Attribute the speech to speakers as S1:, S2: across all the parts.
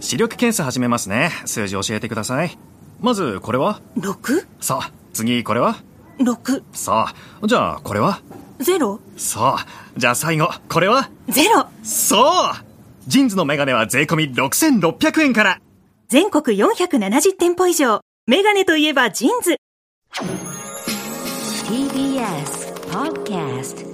S1: 視力検査始めますね。数字教えてください。まず、これは
S2: 6?
S1: さあ、次、これは
S2: 6
S1: さあ、じゃあ、これは
S2: ゼロ
S1: さあ、じゃあ最後、これは
S2: ゼロ
S1: そうジンズのメガネは税込み6600円から
S2: 全国470店舗以上メガネといえばジーンズ
S3: TBS Podcast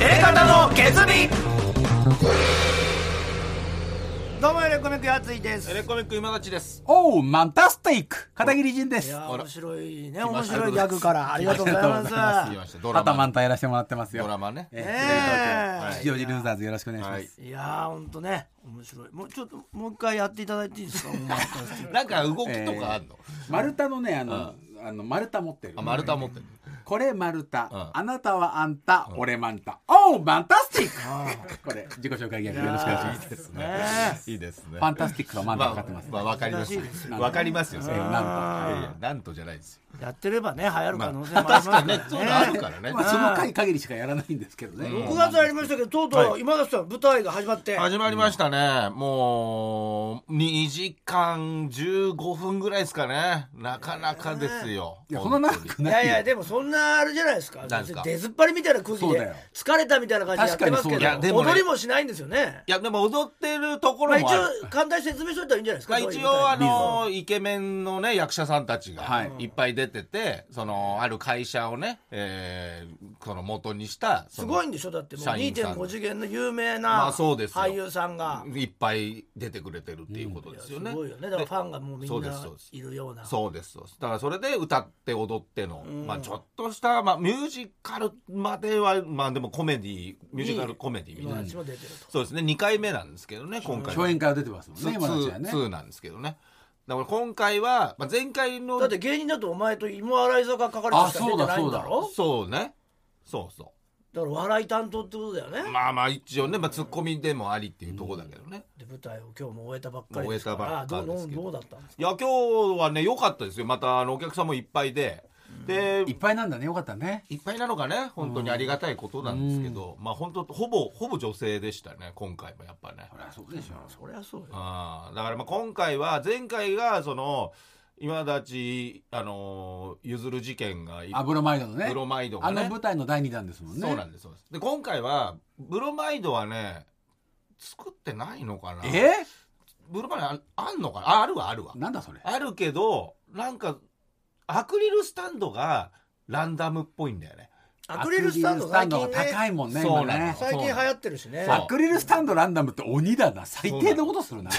S4: A 型の削り
S5: どうもエレコミックやついです
S4: エレコミック今立ちです
S6: おう、マンタスティック片桐仁で
S5: い
S6: す。
S5: や
S6: あ
S5: ー面白いね
S4: 来ま
S5: 面
S4: した
S5: 白いギャグからありがとうございます
S4: 来ましたドラ
S6: たマ
S4: マ
S6: ンタやらせてもらってますよ。
S4: ドラマね
S6: ええ
S5: ねえ
S6: 吉祥寺ルーザーズよろしくお願いしま
S4: はい
S6: す。
S5: いやーほんとね面白いもうちょっともう一回やっていただいていいですか
S4: なんか動きとかあんの
S6: 丸太のね、あの、あの丸太持ってる
S4: あ。丸太持ってる
S6: これ丸太
S4: ん。
S6: あなたはあんた、俺マンタ。おう、マンタスティックこれ、自己紹介ギャグよろしくお願いします。
S4: です
S5: ね
S4: いいですね
S6: ファンタスティックはマンタかかってます。
S4: まあわかります
S5: らしいですよ
S4: わかりますよそれ
S6: ええ
S4: は
S6: なん
S4: いやいやなんとじゃないですよ
S5: やってればね流行る可能性もあります
S4: 確
S5: か
S4: からに
S5: ね
S4: ねそういうのあるからね
S6: と。まあ、その回限りしかやらないんですけどね。
S5: 6月ありましたけどとうとう今田さん舞台が始まって
S4: 始まりましたね、もう2時間15分ぐらいですかねなかなかですよ
S6: いや、そんな長
S5: い
S6: くな
S5: や
S6: い
S5: い
S6: よ。
S5: やでもそんなあれじゃないですか
S4: なんですか
S5: 出ずっぱりみたいな空気
S6: そうだ
S5: で
S6: よ
S5: 疲れたみたいな感じでやってますけ
S6: 確かにそうだよいや
S4: で
S5: ど
S4: もね
S5: 踊りもしないんですよね
S4: いやでも踊ってるとこ
S5: まあ
S4: ろ
S5: 一
S4: もある
S5: 応簡単に説明しといたらいいんじゃないです
S4: ま
S5: か
S4: あ、
S5: どういう
S4: 一
S5: 舞台
S4: 応
S5: か
S4: あのイケメンのね役者さんたち
S6: は
S4: が
S6: い
S4: いっぱい出ててそのある会社をね、えー、その元にした
S5: すごい
S4: い
S5: んでしょだってもう
S4: 社員さん
S5: 2.5次元の有名
S4: ま
S5: な
S4: あそうですよ
S5: 俳優さんが
S4: いっぱい出てくれてるっていうことです
S5: す
S4: よね。
S5: ごいよねだからファンがもうみ
S4: そ
S5: ん
S4: うで
S5: な
S4: すそうです
S5: いるような
S4: そうですそうですだからそれで歌って踊っての、まあ、ちょっとした、まあ、ミュージカルまではまあでもコメディミュージカルコメディみた
S5: 今
S4: いな
S5: たちも出てると
S4: そうですね2回目なんですけどね今回
S6: 初演から出てますもんね、今の時代ね。
S4: 2なんですけどねだから今回は、まあ、前回の
S5: だって芸人だとお前と芋洗い坂書かれてるしか出てないんだ
S6: あ
S5: ろ
S4: そうねそうそう
S5: だから笑い担当ってことだよね
S4: まあまあ一応ね、まあ、ツッコミでもありっていうところだけどね、
S5: で舞台を今日も終えたばっかりですか
S4: 終えたば
S5: ら
S4: っか
S5: ど
S4: りです
S5: う
S4: けど
S5: どうだったんですか
S4: いや今日はね良かったですよまたあのお客さんもいっぱいで、で
S6: いっぱいなんだね、よかったね。
S4: いっぱいなのがね本当にありがたいことなんですけど、まあ本当ほぼほぼ女性でしたね今回もやっぱね、
S6: ほら、そうでしょ。
S5: そりゃそうよ
S4: あーだからまあ今回は前回がその今立ちあのゆずる事件がい
S6: あ、ブロマイドのね。
S4: ブロマイド
S6: あ
S4: が
S6: の
S4: ね
S6: 舞台の第二弾ですもんね。
S4: そうなんですそうですで今回はブロマイドはね作ってないのかな
S6: え
S4: ブロマイドああんのかなああるわあるわ
S6: なんだそれ。
S4: あるけどなんかアクリルスタンドがランダムっぽいんだよね
S5: アクリルスタンド
S6: ア
S5: 最
S6: クリルス
S5: 近
S6: タンドが高
S5: ね
S6: いもんね、
S4: そう
S6: 今
S4: なの
S6: ね。
S5: 最近流行ってるしね
S4: そう
S6: アクリルスタンドランダムって鬼だな。最低のことするな。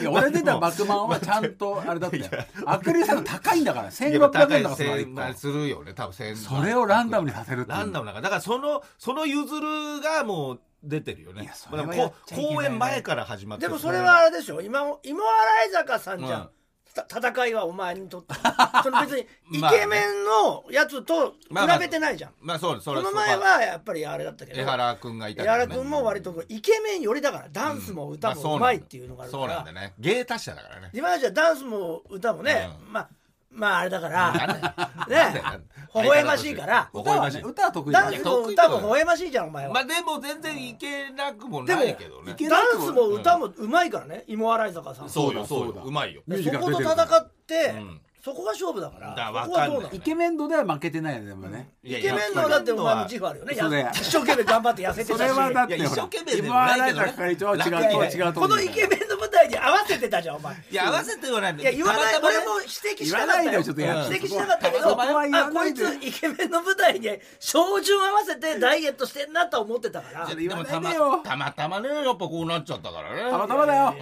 S6: いや、俺出たバックマンはちゃんとあれだったよ。アクリルスタンド高いんだから、1600円だからそれは一
S4: 千
S6: 個
S4: まあするよね多分千
S6: それをランダムにさせるっていう
S4: ランダムなんかだからそのそのゆずるがもう出てるよね
S6: いやそれは
S4: まあ
S6: やっ
S4: こ
S6: ちゃいけないね
S4: 公演前から始まって
S5: で
S4: る
S5: もそれはあれでしょ今も芋洗い坂さんじゃ
S4: うんん
S5: た戦いはお前にとって その別にイケメンのやつと比
S4: まあね
S5: べてないじゃん
S4: まあそうですそ
S5: こ
S4: れ
S5: の前はやっぱりあれだったけど
S4: 江原君がいた
S5: エララ君も割とこうイケメン寄りだからダンスも歌もうまいっていうのがあるか
S4: そうなん
S5: ら
S4: だね芸達者だからね
S5: 今までじゃダンスも歌もね
S4: う
S5: まあまああれだから
S4: なんだ
S5: ね
S4: よなんだよ
S5: 微笑ましいから
S4: 微
S6: 歌
S4: 笑
S6: は
S4: まし
S6: ね
S4: い、
S6: 歌は得意
S5: ダ
S6: だ
S5: ン
S6: ね
S5: スも歌も微笑ましいじゃんお前
S4: まあ
S5: は
S4: でも全然いけなくも
S5: でも
S4: ないけどね
S5: ダンスも歌もうまいからね芋洗坂さんそ
S4: そうよそう
S6: そう
S4: よ
S6: だ
S4: うまいよ
S6: ミュージカル
S5: こと
S6: 出てる
S5: 戦
S6: から
S5: って
S4: うん
S5: そこが勝負だか
S4: だからら
S5: そこはどう
S4: わ
S5: な
S4: か
S5: の
S4: んな
S6: イ
S4: い
S6: ケメン度では負けてないよね、でもね。
S4: イ
S5: イケメンのだってお前も自負あるよね
S6: そうだよ
S5: や一生懸命頑張って痩せて
S6: そ
S5: た
S6: れはだっ、
S5: して
S4: いや
S6: ほら
S4: 一生懸命でも
S6: 今
S4: ない
S6: 新
S4: け
S6: 井
S4: どね
S6: 坂会長は違うと
S4: 楽
S6: 違うと
S5: このイケメンの舞台に合わせてたじゃんお前
S4: いや合わせてはないん
S5: い
S4: だ
S5: や
S4: よ
S5: 言わない、
S4: たまたまね
S5: 俺も指摘しなかっ
S6: 言わない
S5: た
S6: で
S5: よ
S6: よちょっとや
S4: うん
S5: 指摘しなかったけ
S6: そ
S5: ど
S6: こは言
S5: あ
S6: わ
S5: こ
S6: ないいで
S5: つイケメンの舞台で照準合わせてダイエットしてんなとは思ってたから
S4: いやでもたま
S6: 言わないでよ
S4: たまたまねやっぱこうなっちゃったからね
S6: たまたまだよ。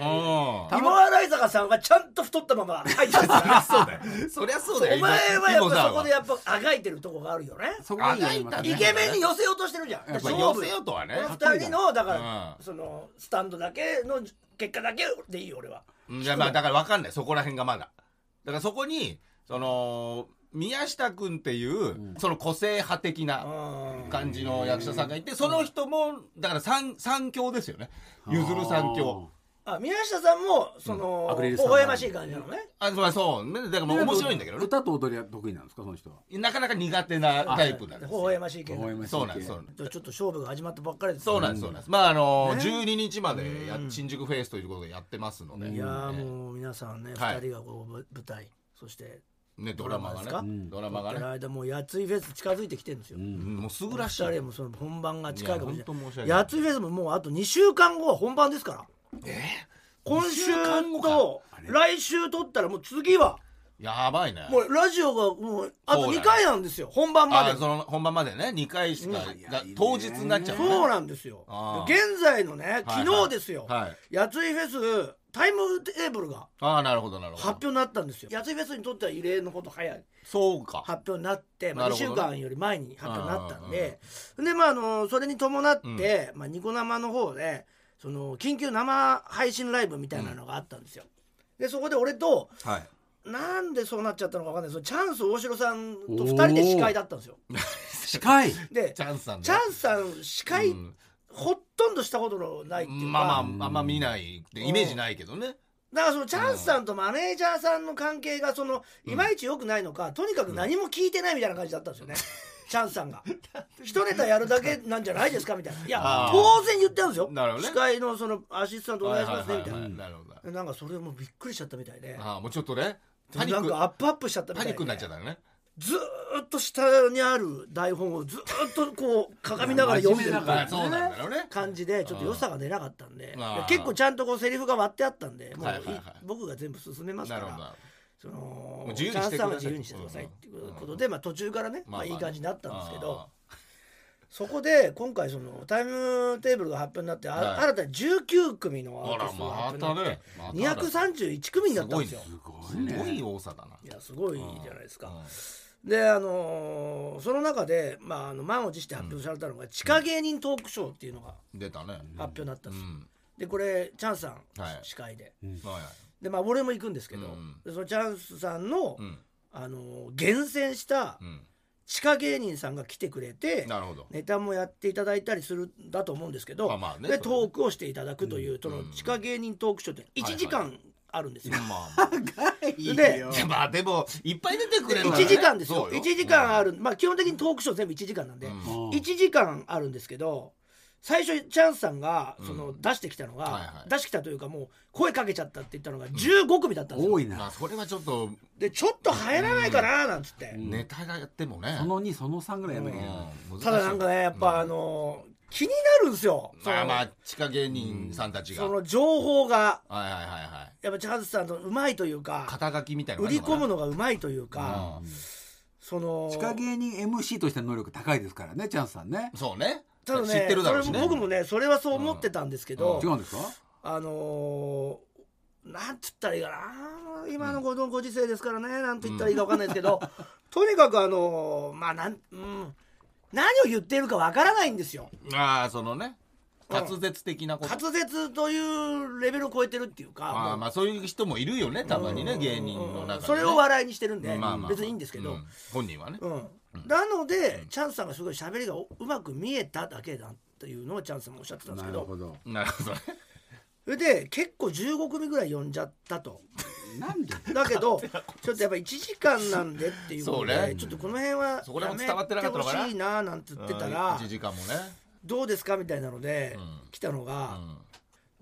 S4: うん
S5: 芋洗坂さんはちゃんと太ったまま入ってたから
S4: そうだよそりゃそうだよ
S5: お前はやっ
S4: 今
S5: ぱ
S4: さ
S5: そこでやっぱあがいてるとこがあるよね
S6: そこがいいよ
S4: あ
S6: 今
S4: だいた
S5: イ
S4: ね
S5: ケメンに寄せようとしてるじゃん
S6: やっぱ
S5: 勝負
S4: 寄せようとはね
S5: この二人のだから、
S4: うん
S5: そのスタンドだけの結果だけでいいよ俺は
S4: うんいやまあだからわかんないそこら辺がまだだからそこにその宮下君っていう、その個性派的な感じの役者さんがいてその人もだから三三強ですよねゆずる三強
S5: あ宮下さんもその
S6: アクリ
S5: 微
S6: ルスタンド
S5: 笑ましい感じなのね
S4: あまあそうねだからもう面白いんだけどね
S6: 歌と踊りは得意なんですかその人は
S4: なかなか苦手なタイプなん
S5: 微
S4: ですよ
S5: 笑ましいけ
S6: 微
S5: ど
S6: 笑ましい系
S4: そうなんですそうなんです
S5: じゃあちょっと勝負が始まったばっかりです
S4: そうなん
S5: ん
S4: です、そうなんです。まあ、あの、12日までや、新宿フェイスということでやってますので。
S5: いやー
S4: ね
S5: もう皆さんね
S4: はい
S5: 二人がこうぶ舞台そして
S4: ね、ドラマ
S5: ドラ
S4: が
S5: マです
S4: ね、ドラマが
S5: やってる
S4: ね、
S5: 間もうやついフェス近づいてきてるんですよ
S4: うんもうすぐ
S5: ラ
S4: ら
S5: ッ
S4: っし
S5: シ
S4: ゃ
S5: ャレ
S4: る。
S5: もその本番が近いかもしれ
S4: いや本当申し
S5: ない
S4: 訳ない
S5: やついフェスももうあと2週間後は本番ですから今週と来週撮ったらもう次は
S4: やばいね。
S5: もうラジオがもうあと
S4: そうだ
S5: 2
S4: ね
S5: 回なんですよ本番ま
S4: あ
S5: で
S4: ーその本番までね、2回しか、が当日になっちゃうね。
S5: そうなんですよ
S4: あー
S5: 現在のね
S4: はい
S5: 昨日ですよ
S4: はい
S5: やついフェスタイムテーブルが
S4: ああ、なるほど、なる
S5: 発
S4: ほど。
S5: 表になったんですよやついフェスにとっては異例のこと早い
S4: そうか。
S5: 発表になって、まあ、
S4: なる
S5: 2
S4: ほ
S5: 週
S4: どね
S5: 間より前に発表になったんで、でまああのそれに伴って、まあ、ニコ生の方でその緊急生配信ライブみたいなのがあったんですよ。でそこで俺と
S4: はい。
S5: なんでそうなっちゃったのか分かんないそのチャンス大城さんと2人で司会だったんですよ。
S6: 近い
S5: で
S4: チャンスさんね
S5: チャンスさん司会、
S4: うん
S5: ほとんどしたことのないっていうか、
S4: まあまあ、あんま見ないってイメージないけどね。
S5: だからそのチャンスさんとマネージャーさんの関係がそのいまいち良くないのか、とにかく何も聞いてないみたいな感じだったんですよね、チャンスさん が。一ネタやるだけなんじゃないですかみたいな。いや
S4: あー
S5: 当然言ってるんですよ、
S4: なるほどね
S5: 司会のそのアシスタントお願いしますねみたい
S4: は
S5: な。
S4: いはいはいはいなるほど。
S5: なんかそれもびっくりしちゃったみたいで。
S4: ああ、もうちょっとね、パニ
S5: な
S4: ッ
S5: ん
S4: ク、
S5: かアップアップしちゃったみ
S4: パ
S5: たい
S4: ニ
S5: で
S4: ックになっちゃったよね。
S5: ずーっと下にある台本をずーっとこう鏡ながら読んでる
S6: 真面目だから
S4: ああそうなんだろうね。
S5: 感じでちょっと良さが出なかったんで
S4: うんあー
S5: 結構ちゃんとこうセリフが割ってあったんでもうい
S4: はいはいはい
S5: 僕が全部進めます
S4: な
S5: か
S4: るほど。
S5: らその
S4: う自由にしてくださ
S5: チャンス
S4: い
S5: さんは自由にしてくださいっていうことでまあ途中からねまあいい感じになったんですけどそこで今回そのタイムテーブルが発表になって
S4: は
S5: あ
S4: い
S5: 新たに19組のア
S4: あ
S5: ーティ
S4: ら
S5: ストが発
S4: ま
S5: 表
S4: た
S5: になっ
S4: ね
S5: て
S4: まただ
S5: 231組になったんですよ
S4: すごいねすごい多さだない
S5: やすごいじゃないですか
S4: うん
S5: であのーその中で、まあ、あの満を持して発表されたのが、地下芸人トークショーっていうのが
S4: 出たね
S5: 発表になったん
S4: う
S5: ですよ、
S4: ん
S5: でこれチャンスさん、
S4: はい
S5: 司会で
S4: はい
S5: で、まあ、俺も行くんですけど、
S4: うん
S5: でそのチャンスさんの、
S4: うん
S5: あのー厳選した
S4: うん
S5: 地下芸人さんが来てくれて、
S4: なるほど
S5: ネタもやっていただいたりするんだと思うんですけど、
S4: まあまあね
S5: で
S4: それ
S5: トークをしていただくという、その地下芸人トークショーって1時
S4: は
S5: 間あるんですよ。
S4: まあ
S5: で
S4: まあまあでもいっぱい出てくれるからね
S5: 1時間ですよ
S4: そう
S5: 1時間ある、まあ、基本的にトークショー全部1時間なんで、
S6: ん
S5: 1時間あるんですけど最初チャンスさんがその出してきたのが、
S4: はいはい
S5: 出してきたというかもう声かけちゃったって言ったのが15組だったんですよ、
S6: 多い
S4: まあ
S6: な
S4: それはちょっと
S5: でちょっと入らないかななんつって、
S4: ネタがやってもね
S6: その2その3ぐらいやんなきゃいけない
S4: うん
S5: ただなんかねやっぱあのー気になるんですよその,、
S4: まあまあ地下芸人さんたちが
S5: そ
S4: はいはい
S5: の情報が
S4: はいはい
S5: やっぱチャンスさんのうまいというか
S4: 肩書きみたいなの
S5: 売
S4: がある
S5: り込む
S4: のかな
S5: のがうまいというか、その
S6: 地下芸人 MC としての能力高いですからねチャンスさんね
S4: そうね
S5: ただね
S4: 知ってるだろうし
S5: それ
S4: ね
S5: も僕もねそれはそう思ってたんですけど、
S6: 違うんですか
S5: あのーなんつったらいいかな今のごのご時世ですからね、なんて言ったらいいか分かんないですけど、とにかくあのーまあなん、うん、何を言っているか分からないんですよ
S4: ああそのね滑舌的なこと
S5: 滑舌というレベルを超えてるっていうか
S4: まあ
S5: も
S4: まあそういう人もいるよねたまにね芸人
S5: う
S4: の中でね
S5: それを笑いにしてるんで、
S4: まあまあまあ
S5: 別にいいんですけど、
S4: う本人はね
S5: うんなので、チャンスさんがすごい喋りがうまく見えただけだというのをチャンスさんもおっしゃってたんです
S6: な
S5: け
S6: るほ
S5: ど
S6: ど
S4: なるほどね
S5: それで結構15組ぐらい呼んじゃったと。
S6: なんで
S5: だけ どちょっとやっぱ1時間なんでっていうこと
S4: そう
S5: で
S4: ね
S5: ちょっとこの辺は
S4: そこら辺も伝わってなかったのかな
S5: やめてほしいななんて言ってたら
S4: 1時間もね
S5: どうですかみたいなので来たのが
S4: ん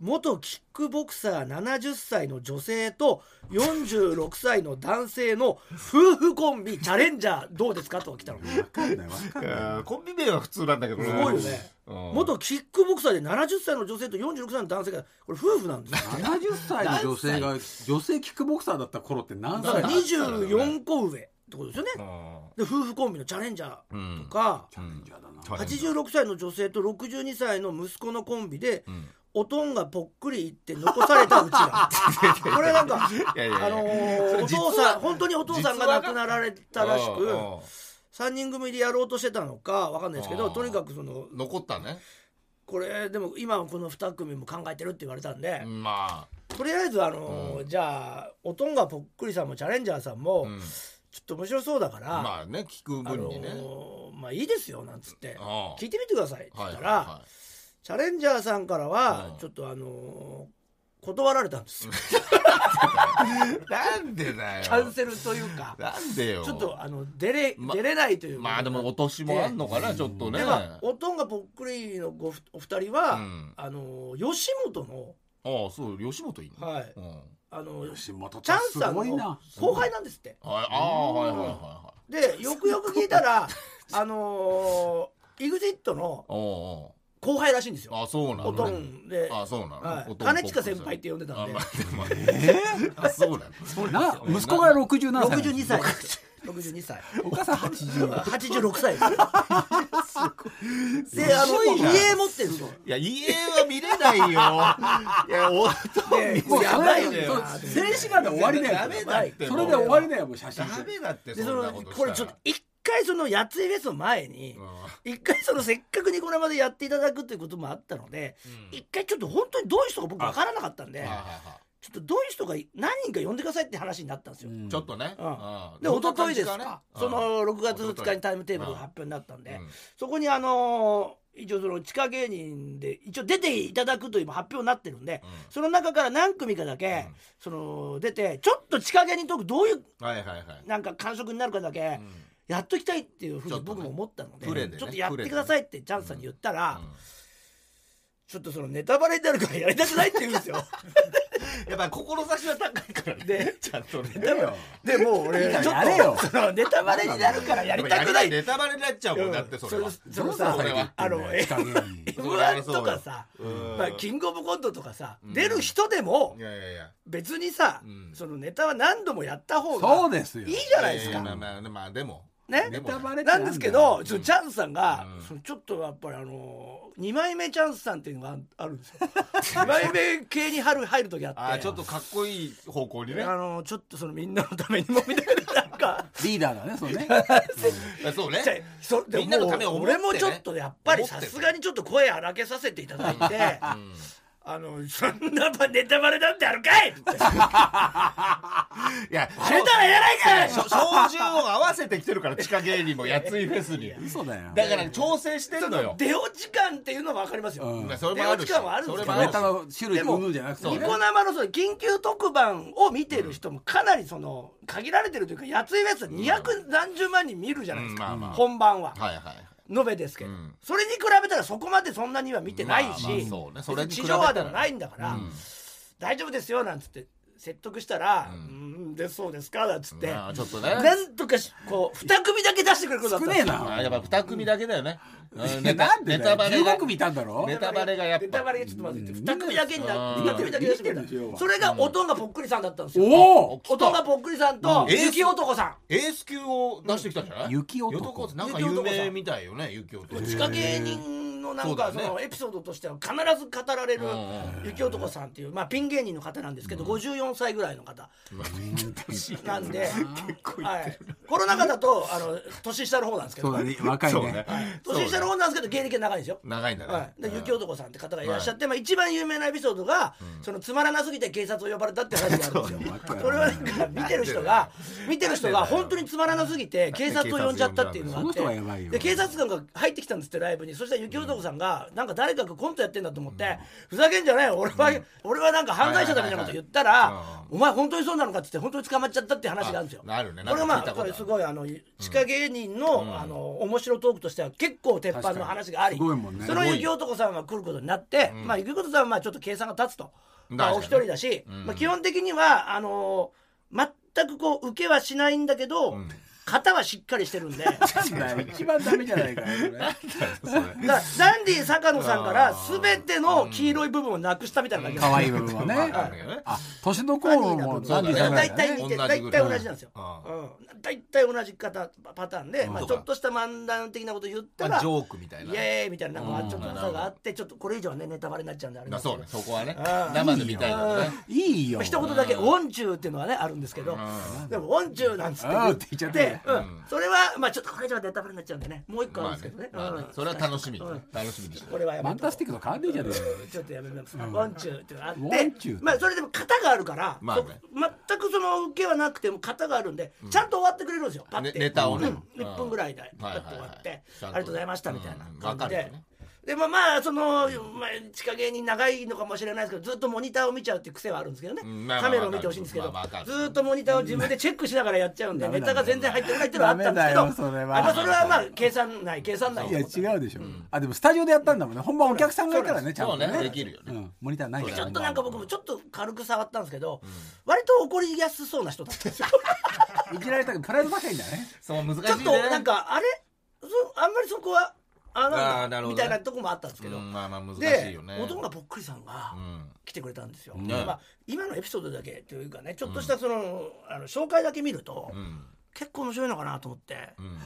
S5: 元キックボクサー70歳の女性と46歳の男性の夫婦コンビチャレンジャーどうですかと来たのす
S6: わかんないわかんない
S4: コンビ名は普通なんだけどす
S5: ごいよね
S4: 元
S5: 元キックボクサーで70歳の女性と46歳の男性がこれ夫婦なんですよ
S6: 70歳の女性が女性キックボクサーだった頃って何
S5: だか
S6: 歳
S5: ら24個上ってことですよねで夫婦コンビのチャレンジャーとか、
S6: チャレンジャーだな
S5: 86歳の女性と62歳の息子のコンビで、おとんがぽっくりいって残されたうちらこれなんか
S4: いやいやいや
S5: あのー
S4: それ
S5: お
S4: 実は
S5: 父さん本当にお父さんが
S4: 実
S5: 亡
S4: は
S5: くなられたらしく
S4: うんうん
S5: 3人組でやろうとしてたのかわかんないですけど
S4: うん
S5: とにかくその
S4: 残ったね
S5: これでも今はこの2組も考えてるって言われたんで、
S4: まあ
S5: とりあえず、あのーじゃあおとんがぽっくりさんもチャレンジャーさんも、ちょっと面白そうだから、
S4: まあね聞く
S5: あ
S4: 分
S5: の
S4: にね
S5: ーまあいいですよなんつって
S4: ああ
S5: 聞いてみてくださいって言
S4: は
S5: っ
S4: い
S5: た
S4: はい
S5: ら
S4: は
S5: チャレンジャーさんからは
S4: うん
S5: ちょっとあのー断られたんですよ
S4: なんでだよ
S5: キャンセルというか
S4: なん でよ
S5: ちょっとあの出れ、
S4: ま
S5: 出れないという
S4: まあでもお年もあんのかなちょっとね
S5: ではおとんがぽっくりのごふお二人は、
S4: うん
S5: あの吉本の,、
S4: ああそう吉本いいの
S5: はい、
S4: うんはい
S5: あのチ
S6: 吉本
S5: ャ
S6: さん
S5: ン
S6: す
S5: スさん
S6: ごい
S5: の
S6: な
S5: 後輩なんですって
S4: ああはいはいはいはい
S5: でよくよく聞いたらあのー EXIT の
S4: お
S5: 後輩らしいんです
S4: うおう
S5: よ
S4: あそうな
S5: お
S4: の
S5: と
S4: ね
S5: んで
S4: あそうなの
S5: はい
S4: おとん
S5: 兼近先輩って呼んで たんで
S4: あま あでもあそうなの
S6: な息子が六十七歳
S5: 62歳62歳
S6: お母さん八十
S5: 86歳ですであの
S6: すごいな
S5: 家持ってるんですよ
S4: いや家は見 れないよいやおとん見
S5: もう
S4: や
S5: や
S4: ば
S5: ば
S4: い
S5: い
S4: よ
S5: よ
S4: ね
S6: 静止画で終わりだよ
S4: ダメだって
S6: それで終わりだよもう写真
S4: ダメだって
S5: で
S4: そ
S5: そ
S4: んな
S5: の
S4: ことしたら
S5: これちょっと一回そのやついフェスの前に一回そのせっかくにこれまでやっていただくということもあったので
S4: うん
S5: 一回ちょっと本当にどういう人か僕分からなかったんで
S4: はいはいは
S5: ちょっとどういう人が何人か呼んでくださいって話になったんですよ。
S4: いちょっとね
S5: うん
S4: うん
S5: で一昨日です
S4: こんな
S5: か
S4: 感、じ
S5: そ
S4: ね
S5: の6月2日にタイムテーブルが発表になったんで、そこにあのー一応その地下芸人で一応出ていただくという今発表になってるんで、
S4: うん
S5: その中から何組かだけ、
S4: うん
S5: その出てちょっと地下芸人トークどういう
S4: うんはいはいはい
S5: なんか感触になるかだけ
S4: うん
S5: やっときたいっていうふう
S4: ちょ
S5: に
S4: っとね
S5: 僕も思ったので
S4: プレーでね
S5: ちょっとやってくださいってチャンスさんに言ったら、
S4: うん
S5: ちょっとそのネタバレになるからやりたくないって言うんです よ。
S4: やっぱり志は高いからね
S5: で
S4: ちゃんとね
S5: でもでもう 俺ちょっと
S6: やれよ
S5: そのネタバレになるからやりたくない
S4: ネタバレになっちゃうもんだってそれは
S5: そのさ
S4: それは
S5: あの
S6: 近い
S4: それはそう
S5: M1 とかさ、
S4: うん
S5: まあ、キングオブコントとかさ、
S4: うん
S5: 出る人でも
S4: いやいやいや
S5: 別にさ、
S4: うん
S5: そのネタは何度もやった方
S6: そ
S5: が
S6: うですよ
S5: いいじゃないです
S4: ややまあ
S5: か。
S4: まあまあでも
S5: ね
S4: でも
S5: なんですけど、ちょっとチャンスさんが、
S4: うん
S5: そのちょっとやっぱりあのー、2枚目チャンスさんっていうのがあるんですよ。2枚目系に入る入る時あって。
S4: あーちょっとかっこいい方向にね
S5: あのーちょっとそのみんなのためにもみたいななんか
S6: リーダーだねそれね
S4: あそうね
S5: じゃあそでも
S4: みんなのためを思ってね
S5: 俺もちょっとやっぱりさすがにちょっと声荒げさせていただいて、
S4: うん
S5: あのそんなネタバレなんてあるか いって
S4: いや
S5: あれだらやないかい
S4: 照準を合わせてきてるから地下芸人もやついフェスに
S6: 嘘だよ
S4: だから調整してんのよ
S5: 出落ち感っていうのは分かりますよ、
S6: うん
S4: それもあるし
S5: 出落ち感はあるんです
S4: そ
S5: けど
S4: れも
S5: ね
S4: あ
S6: ネ
S4: る
S6: タの種類うんぬんじゃなくて
S5: ニコ生のその緊急特番を見てる人もかなりその限られてるというかやついフェス200何十万人見るじゃないですか、
S4: うんまあまあ
S5: 本番は、
S4: はいはい
S5: 延べですけど、
S4: うん
S5: それに比べたらそこまでそんなには見てないし、
S4: まあまあそうねそれに比
S5: 地
S4: べた
S5: 上
S4: ら
S5: 波でもないんだから、
S4: うん
S5: 大丈夫ですよなんつって説得したら「う
S4: うん
S5: んでそうですか」なんつって、
S4: まあちょっとね
S5: なんとかしこう2組だけ出してくれることだっ
S6: 少
S5: たん
S6: ね
S5: です
S6: え
S5: よ
S4: あ
S6: な
S4: ーやっぱ二組だけだよねうんネタ
S6: なんで
S4: ネタバレが
S6: 15組いたんだろ
S4: ネタバレがやっぱ
S5: ネタバレがちょっとまずいって
S6: うん
S5: 2組だけになって
S4: うん
S5: 2組だけ出してくれ
S6: 見てるでしたょ
S5: それがおとんがぽっくりさんだったんですよ
S6: おお
S5: おとんがぽっくりさんと
S4: うん
S5: 雪男さん
S4: エース級を出してきたんじゃない
S6: 雪男
S4: ってなんか有名みたいよね雪男
S5: 地下芸人のなんか
S4: そう
S5: そ
S4: だね
S5: のエピソードとしては必ず語られる雪男さんっていうまあピン芸人の方なんですけど54歳ぐらいの方なんではいコロナ禍だとあの年下の方なんですけ
S6: そう
S5: ど
S6: だね若い
S4: そう
S6: ね
S4: ね
S5: 年下の
S4: そ
S5: 方
S4: うね
S5: なんですけど芸歴が長いんですよ
S4: 長いんだね
S5: はい、で
S4: うん
S5: 雪男さんって方がいらっしゃって、まあ、一番有名なエピソードが、そのつまらなすぎて警察を呼ばれたって話があるんですよ。これはなんか見てる人が見てる人が本当につまらなすぎて警察を呼んじゃったっていうのがあっ
S6: その人はやばい
S5: て
S6: よ
S5: で警察官が入ってきたんですってライブにそしたら雪男さんが、なんか誰かがコントやってんだと思って、ふざけんじゃないよ俺は、俺はなんか犯罪者だみたいなこと言ったら、
S4: はいはいはいはい
S5: お前本当にそうなのかって言って本当に捕まっちゃったって話があるんですよ。
S4: あなるね
S5: これは
S4: なん
S5: ま
S4: か
S5: あ
S4: 聞いたこと
S5: こ
S4: ある
S5: れすごいあの地下芸人の,、あの面白トークとしては結構鉄板の話があり
S6: 確かにすごいもんね
S5: その雪男さんが来ることになって、まあ雪男さんはまあちょっと計算が立つと、まあ、お一人だし、まあ、基本的にはあのー全くこう受けはしないんだけど、型はしっかりしてるんで。
S6: なんだよ一番ダメじゃないかよそれ
S5: だからダンディ坂野さんから全ての黄色い部分をなくしたみたいな感じなん
S6: 可
S5: ですよ
S6: 愛い部分は
S4: まあある
S6: ね
S4: よね
S6: あ年の
S5: カニ
S6: 頃も
S5: だ
S6: ダンデ
S5: と
S6: ィさんぐら
S5: 大
S6: いだ
S5: 体
S6: ね
S5: 似て
S4: 同じ
S5: 大
S4: ぐらい
S5: 体同じなんですよ
S4: う
S5: うん大体同じ方パターンでまあ
S4: そう
S5: ち
S4: か
S5: ょっとした漫談的なこと言った
S4: まあ
S5: ら
S4: ジョークみたいな
S5: イエーイみたいななんかちょっと
S4: うん
S5: 差があってちょっとこれ以上はねネタバレになっちゃうんであれなん
S4: だ
S5: ですけ
S4: そ
S5: ど
S4: うねそこはね
S5: うん
S4: 生で見たいのね
S6: いいよ
S5: 一言だけ「オンチュー」っていうのはねあるんですけどでも「オンチュー」なんつって
S6: あ
S5: 言っ
S6: ーって
S5: て
S6: 言っちゃって
S5: うんそれはまあちょっとこれ以上はネタバレになっちゃうんでねもう一個あるん
S4: まあ
S5: ですけ
S4: ね
S5: どね
S4: まあね
S5: うん
S4: それは楽しみ
S5: うん
S4: 楽しみにして
S5: これはや
S6: ファ
S5: め
S6: ン
S5: とこ
S6: タ
S5: う
S6: スティックと変わんねえじゃねえかよ
S5: ちょっとやめます。ワンチューっていうのがあって、
S6: ワンチュー
S5: まあそれでも型があるから、
S4: まあね
S5: そ全くその受けはなくても型があるんで、ちゃんと終わってくれるんですよ。パッて
S4: ねネタをね
S5: うん
S4: うん
S5: 1分ぐらいで
S4: はい
S5: パ
S4: はい
S5: ッて
S4: はい
S5: 終わって、
S4: ちゃんと
S5: ありがとうございましたみたいな感じ
S4: うんわかるよ
S5: で
S4: ね。
S5: でまあまあその、まあ、地下芸人長いのかもしれないですけどずっとモニターを見ちゃうっていう癖はあるんですけどね、
S4: うんまあまあ
S5: カメラを見てほしいんですけど、
S4: まあわかる
S5: ずっとモニターを自分でチェックしながらやっちゃうんで
S6: ダメ
S5: ネタ
S6: だ
S5: が全然入ってこないっていうのはあったんですけど
S6: ダメだよそれは
S5: やっぱそれはまあ計算ない計算ない
S6: いや違うでしょ、あでもスタジオでやったんだもんね本番お客さんがいたらねちゃん
S4: そ
S6: と
S4: う
S6: ね
S4: ねできるよ
S6: う
S4: ね
S6: ん、モニターないから
S5: ちょっとなんか僕もち
S6: ょっ
S5: ょっと軽く触ったんですけど、割と怒りやすそうな人だったんです よ
S6: といじられたけどプライド高いんだね
S4: そう難しいね
S5: ちょっとなんかあれそあんまりそこはあ
S4: あ
S5: な
S4: ー
S5: ん
S4: な
S5: だ
S4: るほ
S5: み
S4: どね
S5: たいなとこもあったんですけど、
S4: うんまあまあ難しい
S5: で
S4: よね
S5: おとんがぽっくりさんが
S4: うん
S5: 来てくれたんですよ、
S6: うん
S5: まあ、今のエピソードだけというかねちょっとしたその,、あの紹介だけ見ると、
S4: うん
S5: 結構面白いのかなと思って、
S4: うん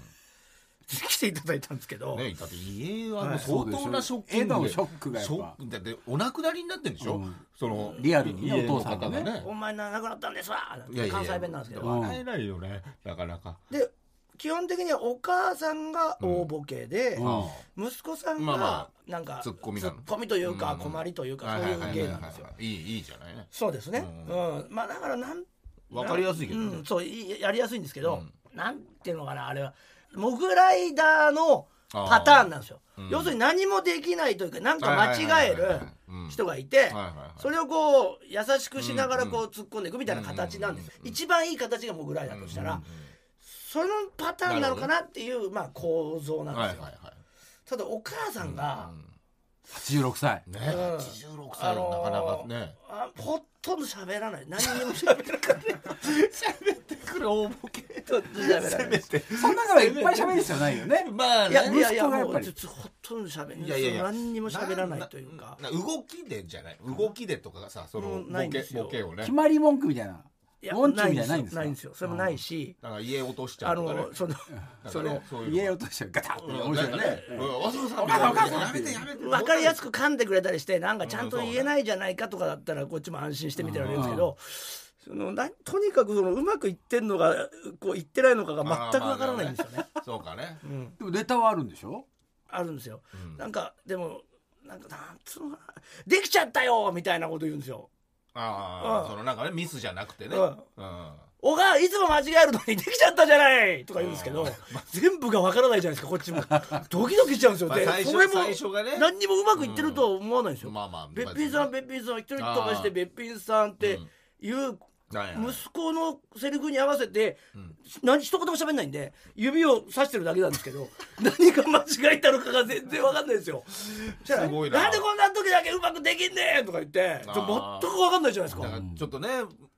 S5: 来ていただいたんですけど、
S4: ねだって家はも
S6: は
S4: う
S6: い
S4: 相当なショッキングで
S6: そうでしょ江戸のショックがやっぱ
S4: ショックだってお亡くなりになってるんでしょ、
S6: うん
S4: その
S6: リアルにね
S4: 家の
S6: お父さんがね
S4: 方
S5: お前な亡くなったんですわ
S4: いやいや
S5: 関西弁なんですけど、
S6: うん
S4: 笑えないよねなかなか
S5: で基本的にはお母さんが大ボケで、
S6: うん
S5: 息子さん
S4: まあ
S5: が
S4: ま
S5: なんか
S4: ツッコミなの
S5: という
S4: う
S5: か
S4: ん
S5: 困りというか
S4: はい
S5: そう
S4: はいいは
S5: う
S4: い
S5: 芸
S4: は
S5: ないんですよ
S4: はいいいいいじゃないね
S5: そうですね
S4: う
S5: うんまあだからなん
S4: わかりやすいけどね
S5: うんそういやりやすいんですけどなんていうのかなあれはモグライダーのパターンなんですよ
S4: あーうん
S5: 要するに何もできないというかなんか間違え
S4: はいはいはい
S5: る
S4: はいうん
S5: 人がいて
S4: はいはいはい
S5: それをこう優しくしながらこう突っ込んでいくみたいな形なんです一番いい形がモグライダーとしたらそのパターンなのかなっていうまあ構造なん
S4: はい
S5: で
S4: は
S5: す
S4: い
S5: よ
S4: はい
S5: ただお母さんが
S6: 86歳
S5: う
S4: ね
S5: ん
S4: 86歳のなかなかね
S5: あほとんど喋ら ない何にも喋らない
S4: 喋ってくる大ボケ
S5: ちょっと喋らない
S6: そんなのはいっぱい喋る必要ないよね
S4: まあ
S5: いや
S4: ね
S5: いやい
S6: 息
S5: や
S6: 子がやっ
S5: も
S6: ぱ
S5: う
S6: り
S5: ずっとほとんど喋ん
S4: いやいやいや
S5: 何にも喋らないというか
S4: なな動きでじゃない動きでとかがさその
S5: うんないん
S4: ボ
S5: で
S4: ケ
S5: すよ
S4: ボケをね
S6: 決まり文句みたいない
S5: や
S6: 文句みたいなのないんですか
S5: ないんですよそれもないし
S4: だから家落としちゃ
S5: あ
S4: うとかね
S5: のそのそ
S4: なん
S5: の
S4: かねそういう
S6: 家
S4: の
S6: 落としてガタッと
S4: うん
S6: 面白い
S4: なんか
S6: ね
S4: ねうんお父さんお
S6: 母さんお母さん
S4: やめてやめて
S5: 分かりやす
S4: く
S5: く噛んでくれたりしてなんかちゃんと言えないじゃないかとかだったらこっちも安心して見てられるんですけどそのなとにかくそのうまくいってんのがこういってないのかが全くわからないんですよね。
S4: そうかね
S5: うん
S6: でもネタはあるんでしょ
S5: あるんですよ。
S4: うん
S5: なんかでもなんかなんつうのかなできちゃったよみたいなこと言うんですよ。
S4: あ
S5: うん
S4: あそのなんかねミスじゃなくてね
S5: う
S4: うん
S5: んおがいつも間違えるのにできちゃったじゃないとか言うんですけど、 全部がわからないじゃないですかこっちもドキドキしちゃうんですよ、
S4: まあ
S5: で
S4: 最初
S5: それも
S4: 最初がね
S5: 何にもうまくいってるとは思わないんですよ、
S4: まあまあ
S5: べっぴんさんべっぴんさん一人飛ばしてべっぴんさんっていう
S4: はいはい
S5: 息子のセリフに合わせて、何一言も喋んないんで指を指してるだけなんですけど 何が間違えたのかが全然わかんないですよす
S4: ごいなん
S5: でこんな時だけうまくできんねんとか言って
S4: あー
S5: ちょ全くわかんないじゃないです
S4: だ
S5: か
S4: からちょっとね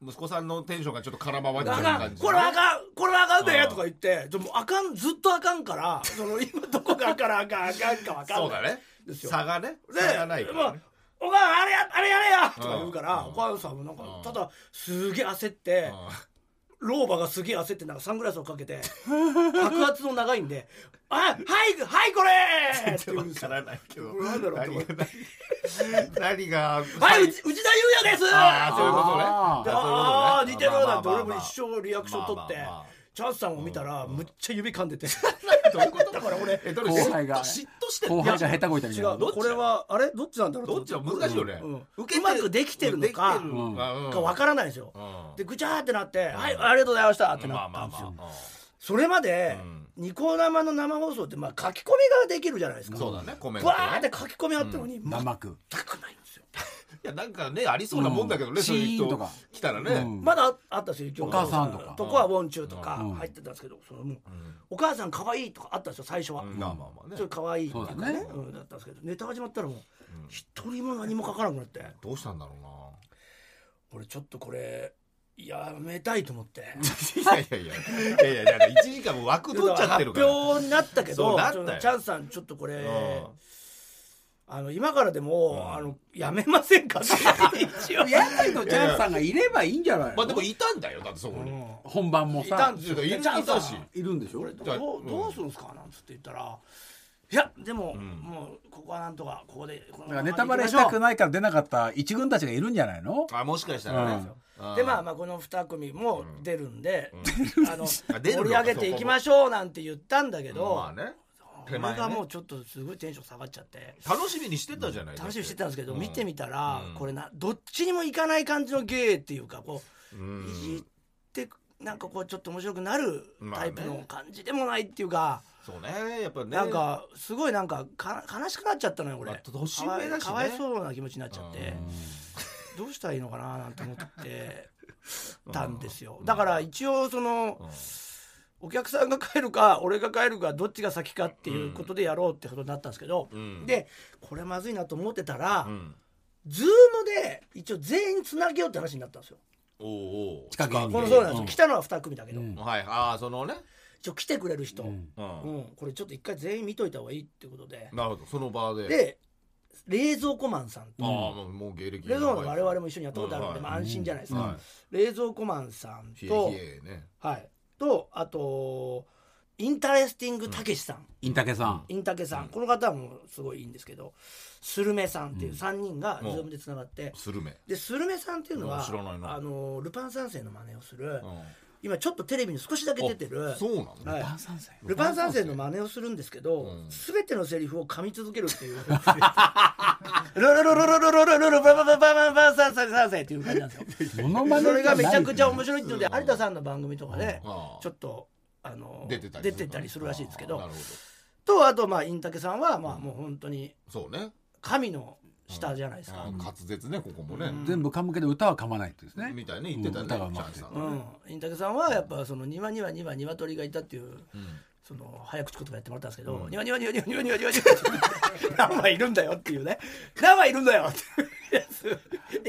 S4: 息子さんのテンションがちょっと空回っちゃ
S5: あか
S4: う感
S5: ん
S4: じ
S5: これはあ
S4: ん
S5: かんこれはあかん
S4: う
S5: で
S4: ん
S5: とか言ってでもあかんずっとあかんからその今どこがあかんからあかんあかんかわかんない
S4: そうだね
S5: ですよ
S4: 差がね
S5: で
S4: 差がないか
S5: ま
S4: ら
S5: あ
S4: ね
S5: お母さんあれやあれやれやとか言うから、
S4: うん
S5: お母さんもなんか、
S4: うん
S5: ただすげえ焦って、老婆がすげえ焦ってなんかサングラスをかけ て白髪の長いんで「あはいはいこれ!」って
S4: う
S5: 言
S4: ん
S5: う
S4: わ
S5: んです
S4: か
S5: よ
S4: らないけど
S5: これなんだろう
S4: 何
S5: と
S4: が何が
S5: 「はい内内田裕也です!」
S4: ああそういうことね
S6: あ
S5: でああ
S4: あ
S5: ー似てるなんて俺も
S4: 緒
S5: 一生リアクション取って、
S4: まあまあまあ
S5: チャンスさんを見たら、むっちゃ指噛ん でて
S4: どういうことだから俺
S6: 後輩
S4: 嫉妬
S6: が
S4: して
S6: 後輩が下手こいたみ
S5: 違
S6: たいな
S5: うこれはあれどっちなんだろうと
S4: ど
S5: 思
S4: ってちは難しいよね
S5: うん
S4: 受け
S5: うまくできてるのか
S4: できてるのかうん
S5: が分からないんですよ、
S4: うん
S5: でぐちゃーってなって「はいありがとうございました」ってなったんですよ、
S4: まあ
S5: それまで、ニコ生の生放送ってまあ書き込みができるじゃないですか
S4: そうだねコメントね
S5: バーって書き込みあったのに、全く
S6: 生く
S5: ないんですよ、
S4: いやなんかねありそうなもんだけどね、
S6: うん
S4: そういう
S6: シーンと
S4: 人
S6: か
S4: 来たらね、
S6: うん
S5: まだあったんですよ一応
S6: お母さんとか
S5: とこは「ウォンチュー」とか
S6: うん
S5: 入ってたんですけど、そのもうお母さん可愛い」とかあったんですよ最初は、
S4: まあまあまあね
S5: それ可愛いっていうかね
S6: そうだ
S5: うんだったんですけどネタ始まったらもう一人も何も書かなくなって
S4: どうしたんだろ
S5: 俺ちょっとこれやめたいと思って。
S4: うないやいやいやいやいやなんか1時間も枠 取っちゃってるから
S5: 発表になったけ
S4: そう
S5: ど
S4: なった
S5: ち
S4: よ
S5: ょっとチャンスさんちょっとこれ、
S4: ん
S5: あの今からでも、あのやめません かって一応
S6: やないとチャンスさんがいればいいんじゃないの
S4: まあでもいたんだよだってそこに、
S6: 本番も
S4: いた
S6: さ
S4: んですよいたいたし
S6: いるんでしょ
S5: 俺どうどうするんですかなんつって言ったら「いやでも、もうここはなんとかここでこの
S6: だからネタバレしたくないから出なかった一軍たちがいるんじゃないの
S4: あもしかしたらね、
S5: でまあまあこの2組も出るんで、あの
S4: あ出
S5: 盛
S4: るの
S5: り
S4: か
S5: 上げていきましょうなんて言ったんだけど、
S4: まあね手
S5: 俺
S4: 前ね
S5: がもうちょっとすごいテンション下がっちゃって。
S4: 楽しみにしてたじゃない
S5: 楽しみにしてたんですけど、
S4: うん
S5: 見てみたら、これなどっちにもいかない感じの芸っていうかこう、
S4: ん
S5: いじってなんかこうちょっと面白くなる
S4: まあ
S5: タ
S4: ね
S5: イプの感じでもないっていうか、
S4: そうねやっぱね
S5: なんかすごいなんかか悲しくなっちゃったのよ俺、
S4: まあ年上だしね
S5: かわいかわいそうな気持ちになっちゃってどうしたらいいのかななんて思ってたんですよだから一応その、お客さんが帰るか俺が帰るかどっちが先かっていうことでやろうってことになったんですけど、
S4: ん
S5: でこれまずいなと思ってたら、
S4: ん
S5: ズームで一応全員つなげようって話になったんですよ。
S4: おうおう
S6: 近くに
S5: このそうなんですよ、
S6: うん
S5: 来たのは2組だけど、
S6: うん
S4: はいああそのね
S5: 一応来てくれる人、うん
S4: うん
S5: これちょっと一回全員見といた方がいいってことで、
S4: なるほどその場で
S5: で冷蔵庫マンさん
S4: ああ
S5: と、
S4: もうもう芸歴
S5: 冷蔵庫マン
S4: 長い
S5: 我々も一緒にやったことあるんで、
S4: うん
S5: まあ、安心じゃないですか、
S4: うんはい
S5: 冷蔵庫マンさん
S4: ひえ
S5: と
S4: ひ、えね
S5: はい、とあとインタレスティングたけしさん、
S6: インタケさん
S5: インタケさん、この方はもうすごいいいんですけどスルメさんっていう3人がズームでつながって、
S4: スルメ
S5: でスルメさんっていうのは
S4: うん知らないな
S5: あのルパン三世の真似をする、
S4: うん
S5: 今ちょっとテレビに少しだけ出てる
S4: あそうなの
S5: はい
S6: ルパン三世
S5: ルパン三世の真似をするんですけど、
S4: うん
S5: すべてのセリフを噛み続けるっていう。ロロロロロロロロロロババババババ三世三世っていう感じなんですよ。
S6: モノマネじ
S5: そ
S6: ゃな
S5: れ
S6: い
S5: がめちゃくちゃ面白いっていうので、有田さんの番組とかで
S4: うんああ、
S5: ちょっと、あの、
S4: 出てたり
S5: 出てたりするらしいですけ
S4: ああな
S5: ど
S4: る。ほ
S5: と、あと、まあ、インタケさんは、まあ、もう本当に
S4: どそうね
S5: 神の下じゃないです
S4: あ
S5: か。
S4: あ滑舌ねここもね
S6: 全部噛むけど歌は噛まないってですね
S4: みたいね言ってたね
S6: うん
S4: チ
S6: 歌がうま
S4: ャ
S6: く
S4: ン
S6: て
S4: さん
S5: う
S4: はね
S5: ん、インタケさんはやっぱその「庭には庭に鶏がいた」っていう、その早口言葉やってもらったんですけど「庭には庭には庭には庭には」って何羽いるんだよっていうね「何羽いるんだよ」って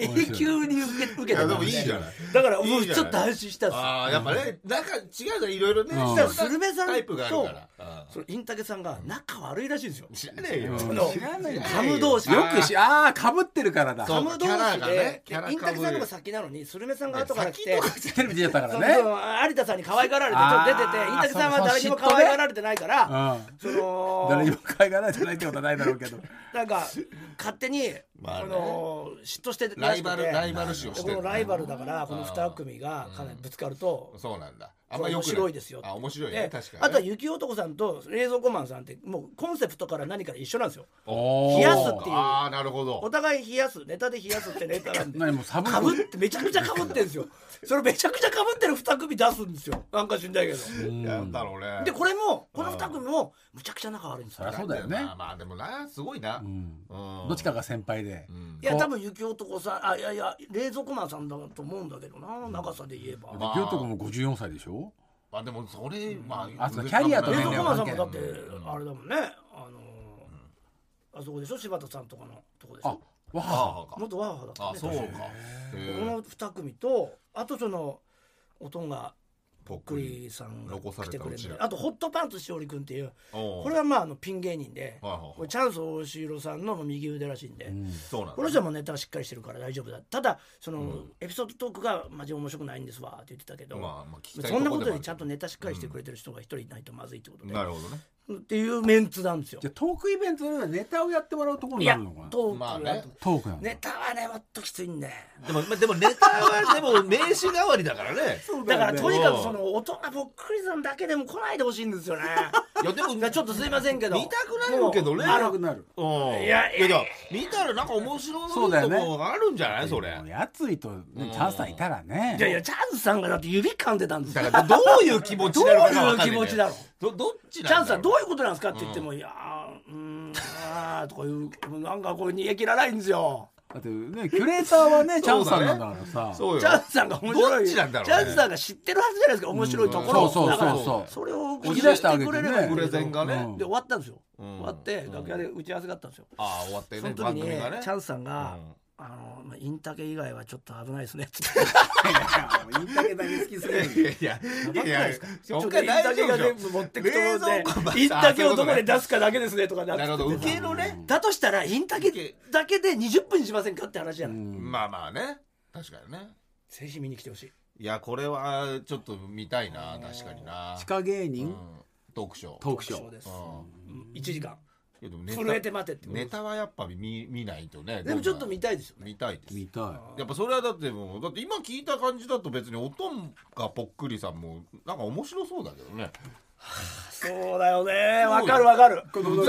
S5: いうやつ永久に受け受け
S4: い
S5: て
S4: やで
S5: たん
S4: もいいじゃ
S5: で
S4: ない
S5: だからも
S4: いういじゃない
S5: ちょっと安心したっす
S4: ああやっぱねなんか違うじゃんいろいろね
S6: ん
S4: 下の
S5: スルメさんと
S4: タイプがあるからああ
S5: そのインタケさんが仲悪いらしいんですよ
S4: 知らねえよ
S5: その
S6: 知らないよ
S5: ハム同士
S6: よくしああかぶってるからだ
S4: そう
S5: ハム同士
S4: キャラがね
S5: で
S4: キャラ
S5: インタケさんの
S4: かぶ
S5: が
S4: る
S5: 先なのにスルメさんが後から来て
S6: テレビ出ちゃったか
S5: そ
S6: ら
S5: の
S6: ね
S5: 有田さんに可愛がられてちょっと出て
S6: あ
S5: て
S6: ー
S5: インタケさんは誰にも可愛がられてないから、
S6: うん
S5: その
S6: 誰にも買いがないじゃないってことはないだろうけど
S5: なんか勝手に、
S4: まあ
S5: こ
S4: ね
S5: の嫉妬してらしくて
S4: ライバルライバル視を
S5: で
S4: し
S5: こ
S4: て
S5: の
S4: る
S5: ライバルだからこの2組がかなりぶつかると、
S4: そうなんだあんまよ
S5: 面
S4: くな
S5: 白いですよ
S4: あ面白い
S5: で
S4: ね確かにね
S5: あとは雪男さんと冷蔵庫マンさんってもうコンセプトから何から一緒なんですよ
S6: 冷
S5: 冷やすっていう
S4: ああなるほ
S5: お
S4: ど
S5: 互い冷やすネタで冷やすってネタ なんで
S6: 何もう寒い
S5: かぶってめちゃくちゃかぶってんですよそれめちゃくちゃかぶってる2組出すんですよなんか知んないけど
S4: なんだろうね
S5: でこれもこの2組もむちゃくちゃ仲悪いんですよ
S6: あそうだよね
S4: まあまあでもなすごいな
S6: うん
S4: うん
S6: どっちかが先輩で
S5: いや多分雪男さんあいやいや冷蔵庫マンさんだと思うんだけどな長さで言えば、
S6: でギュート君も54歳でしょ
S4: まあでもそれまあ
S6: あそうキャリアと
S5: 冷
S6: ね
S5: 蔵庫マンさんもだって
S6: う
S5: あれだもんねあのーあそこでしょ柴田さんとかのとこでし
S6: あ
S5: ょ
S6: わは
S4: ああか
S5: 元ワーハだった
S4: あ
S5: ね
S4: そうか
S5: 確か
S4: へえ
S5: この2組とあとそのおとんが
S4: ぽっ
S5: クリさんが
S4: 残さ
S5: 来
S4: れ
S5: て
S4: た
S5: くれ
S4: うち
S5: る
S4: ら
S5: あとホットパンツしおりくんっていう
S4: おう
S5: これはまああのピン芸人で
S4: はいはいはい
S5: これチャンス大城さんの右腕らしいんで、
S4: そうなんだ
S5: この人もネタがしっかりしてるから大丈夫だただその、エピソードトークがマジ面白くないんですわって言ってたけど、
S4: まあまあ聞きたい
S5: そんな
S4: と
S5: こ
S4: こ
S5: と
S4: でもある
S5: よりちゃんとネタしっかりしてくれてる人が一人いないとまずいってことで、
S4: なるほどね
S5: っていうメンツなんですよ
S6: じゃ。あトークイベントのようなネタをやってもらうところ
S5: い
S6: にな
S5: や
S6: るのかな
S5: トーク
S4: ま
S5: は、
S4: あね
S6: トークなんだ
S5: ネタはねもっときついんで
S4: でもまあでもネタはでも名刺代わりだからね
S5: だからとにかくそ
S4: うん
S5: の大人ぼっくりさんだけでも来ないでほしいんですよね
S4: いやでも
S5: いやちょっとすいませんけど
S4: 見たくなるけどね
S5: もうあ
S6: な
S5: の
S6: くなる
S4: うん
S5: い
S4: い
S5: や
S4: や
S5: い
S4: い
S5: や
S4: や見たらなんか面白い
S6: そうだよね
S4: とこがあるんじゃないそれ
S6: もうやついとねチャンスさんいたらね
S5: いやいやチャンスさんがだって指噛んでたんですよ
S4: だからどういう気持ちなのかがわかん
S5: どう
S4: な
S5: いう気持ちだろう
S4: どどっ
S5: チ
S4: ち
S5: ャ
S4: な
S5: ン
S4: ん
S5: ス
S4: だ
S5: は
S4: ろ
S5: どういうことなんですかって言っても、いやーうーんあーとかいうなんかこう煮え切らないんですよ
S6: だってねキュレーターはねチャンスさんなんだからさ
S4: そうよ
S5: チャンスさんが面白い
S4: どっちなんだろう
S5: チ
S4: ね
S5: ャンスさんが知ってるはずじゃないですか面白いところを、
S6: うんそうそうそ
S5: だ
S6: う
S5: から
S6: そう
S5: れを
S6: 押し出してあげてね
S5: 教えくれればいいんだけ
S4: プレ
S5: ど
S4: ゼンがね、
S6: うん
S5: で終わったんですよ、
S4: ん
S5: 終わって楽屋で打ち合わせがあったんですよ、
S4: ああ終わって
S5: そ
S4: ね
S5: の時
S4: 番
S5: に、
S4: 組がね
S5: チャンスさんが、あのまあインタケ以外はちょっと危ないですねって
S6: インタケだけ好きすぎ
S4: いやいやいやいや
S5: 言って
S4: そっから大丈夫
S5: ちょっとインタケが全
S4: でし
S5: 部
S4: ょ
S5: 持ってくと思うんで
S4: 冷蔵庫まあ
S5: インタケをどこで
S4: あ
S5: 出すかだけですねとかなっ
S4: そう
S5: て
S4: いうことねなるほど受けのね、
S5: だとしたらインタケだけで20分にしませんかって話じゃない、
S4: まあまあね確かにね
S5: ぜひ見に来てほしい
S4: いやこれはちょっと見たいな確かにな
S6: 地下芸人、
S4: うんトークショー
S6: トークショ
S5: そう
S6: ー
S5: です、
S4: うん
S5: うん1時間
S4: いやでもネタ
S5: 震えて待てってこと
S4: ネタはやっぱ見見ないとね
S5: でもちょっと見たいですよね
S4: 見たいです
S6: 見たい
S4: やっぱそれはだってもうだって今聞いた感じだと別におとんがぽっくりさんもなんか面白そうだけどね
S5: そうだよねわかるわかるこの
S6: コ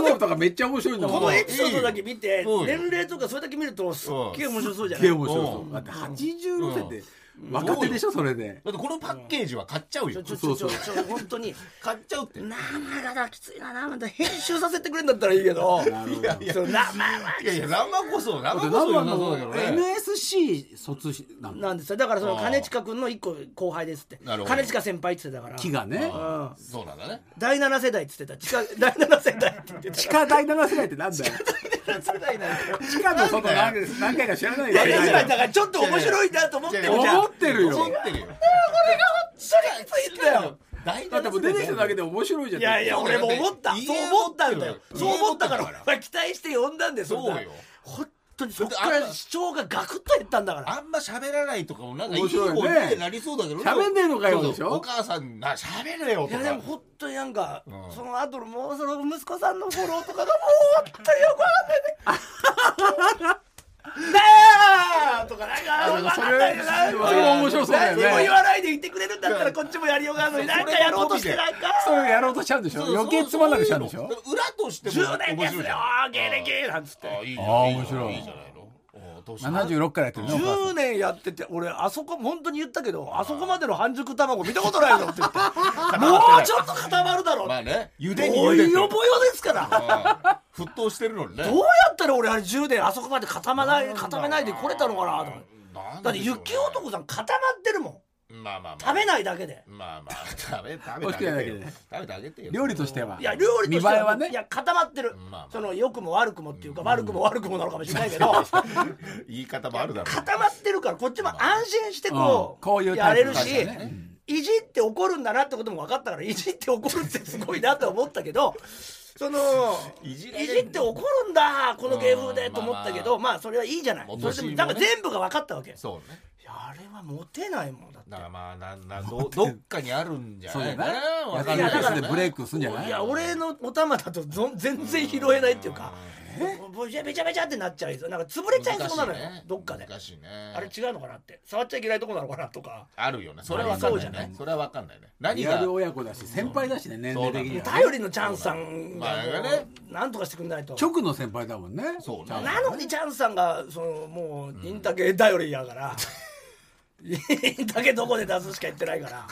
S6: ンセプトがめっちゃ面白いんだもん
S5: このエピソードだけ見て
S4: うん
S5: 年齢とかそれだけ見るとすっげえ面白そうじゃ
S6: す
S5: な
S6: げえ
S5: い
S6: 面白そううだって86歳って若手でしょそれで
S4: だってこのパッケージは買っちゃう
S5: ち
S4: よ
S5: ょ、ちょちょちょ
S6: そう
S5: ちょ本当に
S4: 買っちゃうって
S5: 生だからきついな生だ編集させてくれんだったらいいけど
S6: なるほど
S5: いやそう生はい
S4: やいや生こそ生こ
S6: だっ
S4: そ
S6: て
S4: 良
S6: 生
S4: さそうだけ
S6: の
S4: どね
S6: NSC 卒しなんだ
S5: なんですよだからその
S4: あー
S5: 兼近君の一個後輩ですって
S4: なるほど
S5: 兼近先輩って言ってたから
S6: 木がね
S5: うん
S4: そうなんだね
S5: 第7世代って言ってた地下第7世代って言ってた
S6: 地下第7世代ってなんだよ
S5: 世代なんだよ
S6: 地下の外何何回か知らないよ
S5: 私はだからちょっと面白いなと思ってるじゃん
S4: いやいや
S6: 思ってるよ
S4: 思ってるよ
S5: それきついんだよ
S4: 大
S6: だってもう出てきただけで面白いじゃん
S5: いやいや俺も思った
S4: いい
S5: そ
S4: よ
S5: う思ったんだよ
S4: いいよ
S5: そう思ったから
S4: いいよ
S5: 俺は期待して呼んだんです
S4: そうよ
S5: 本当にそっから視聴がガクッと減ったんだから
S4: あんま喋らないとかもなんかいい
S6: 面白いね
S4: 方になりそうだけど
S6: 喋んねえのかよ
S4: そうそう
S6: でしょ
S4: お母さんな喋れよ
S5: い
S4: と
S5: や
S4: か
S5: でも本当になんか、
S4: うん
S5: その後のもうその息子さんのフォローとかがもう本当によくわかんないね。だよーとかなんかわかんないよな
S6: それそれも面白そうだよね
S5: 何も言わないでいてくれるんだったらこっちもやりようがあるのになんかやろうとしてないか
S6: そういうのやろうとしちゃうんでしょ
S4: そう
S6: 余計つまんなくしちゃうんでしょ
S4: そういうの裏としても
S5: 10年ですよ
S4: 面白いじゃん
S5: 芸歴なんつって
S4: あいいじゃん
S6: あ面白い
S4: いいじゃないのおどうした
S6: 76からやってるねお母さん
S5: 10年やってて俺あそこ本当に言ったけどあそこまでの半熟卵見たことないぞって言ってもうちょっと固まるだろう
S4: まあね茹でに
S5: お
S4: 茹で
S5: い
S4: て
S5: よぼよですから
S4: うん沸騰してるのにね
S5: どうやったら俺あれ10年あそこまで固まない固めないでこれたのかなと思って
S4: なん
S5: だっ
S4: で
S5: て
S4: しょうね
S5: 雪男さん固まってるもん
S4: まあまあまあ
S5: 食べないだけで
S4: まあまあ食べ食べ
S6: 美味しくないだけ
S4: 食
S6: で
S4: べてあげてよ
S6: 料理としてはい
S5: や料理として
S6: 見栄えはね
S5: いや固まってる、
S4: まあまあ
S5: その良くも悪くもっていうか、悪くも悪くもなのかもしれないけど
S4: 言い方もあるだろう
S5: 固まってるからこっちも安心して
S6: う
S5: こ
S6: ん
S5: う,、
S6: こういう
S5: や
S6: タイプ
S5: れる
S6: だ
S5: し、
S6: しね
S5: いじって怒るんだなってことも分かったからいじって怒るってすごいなと思ったけどそのい
S4: い
S5: じ
S4: じられる
S5: って怒るんだこの芸風で
S4: うん
S5: と思ったけど、まあそれはいいじゃない、
S4: 元
S5: それでも
S4: 々
S5: なんか
S4: ね
S5: 全部が分かったわけい
S4: そうね
S5: やあれはモテないもんだって
S4: だからまあなんなんどどっかにあるんじゃ
S6: そう
S4: な
S6: だ
S4: いか
S6: な
S4: なわかん
S5: いや
S4: ないけ
S5: だ
S4: ど
S5: から
S6: でブレイクすんじゃない
S5: いや俺のお玉だとぞ全然拾えないっていうかべちゃべちゃべちゃってなっちゃいそうなんか潰れちゃいそうなのよ、
S4: 難しいね
S5: どっかで、
S4: 難しいね
S5: あれ違うのかなって触っちゃいけないとこなのかなとか
S4: あるよねそれはわかんないねそれはわかんないね何
S6: リ
S4: が
S6: アル親子だし先輩だしね年齢的にはね
S5: 頼りのチャンスさんが
S4: まあ
S5: も
S4: ね
S5: うなんとかしてくんないと、
S6: 直の先輩だもんね
S4: そうね
S6: ちゃんと
S5: なのにチャンスさんがそのもうインタケ頼りやから、インタケどこで出すしか言ってないから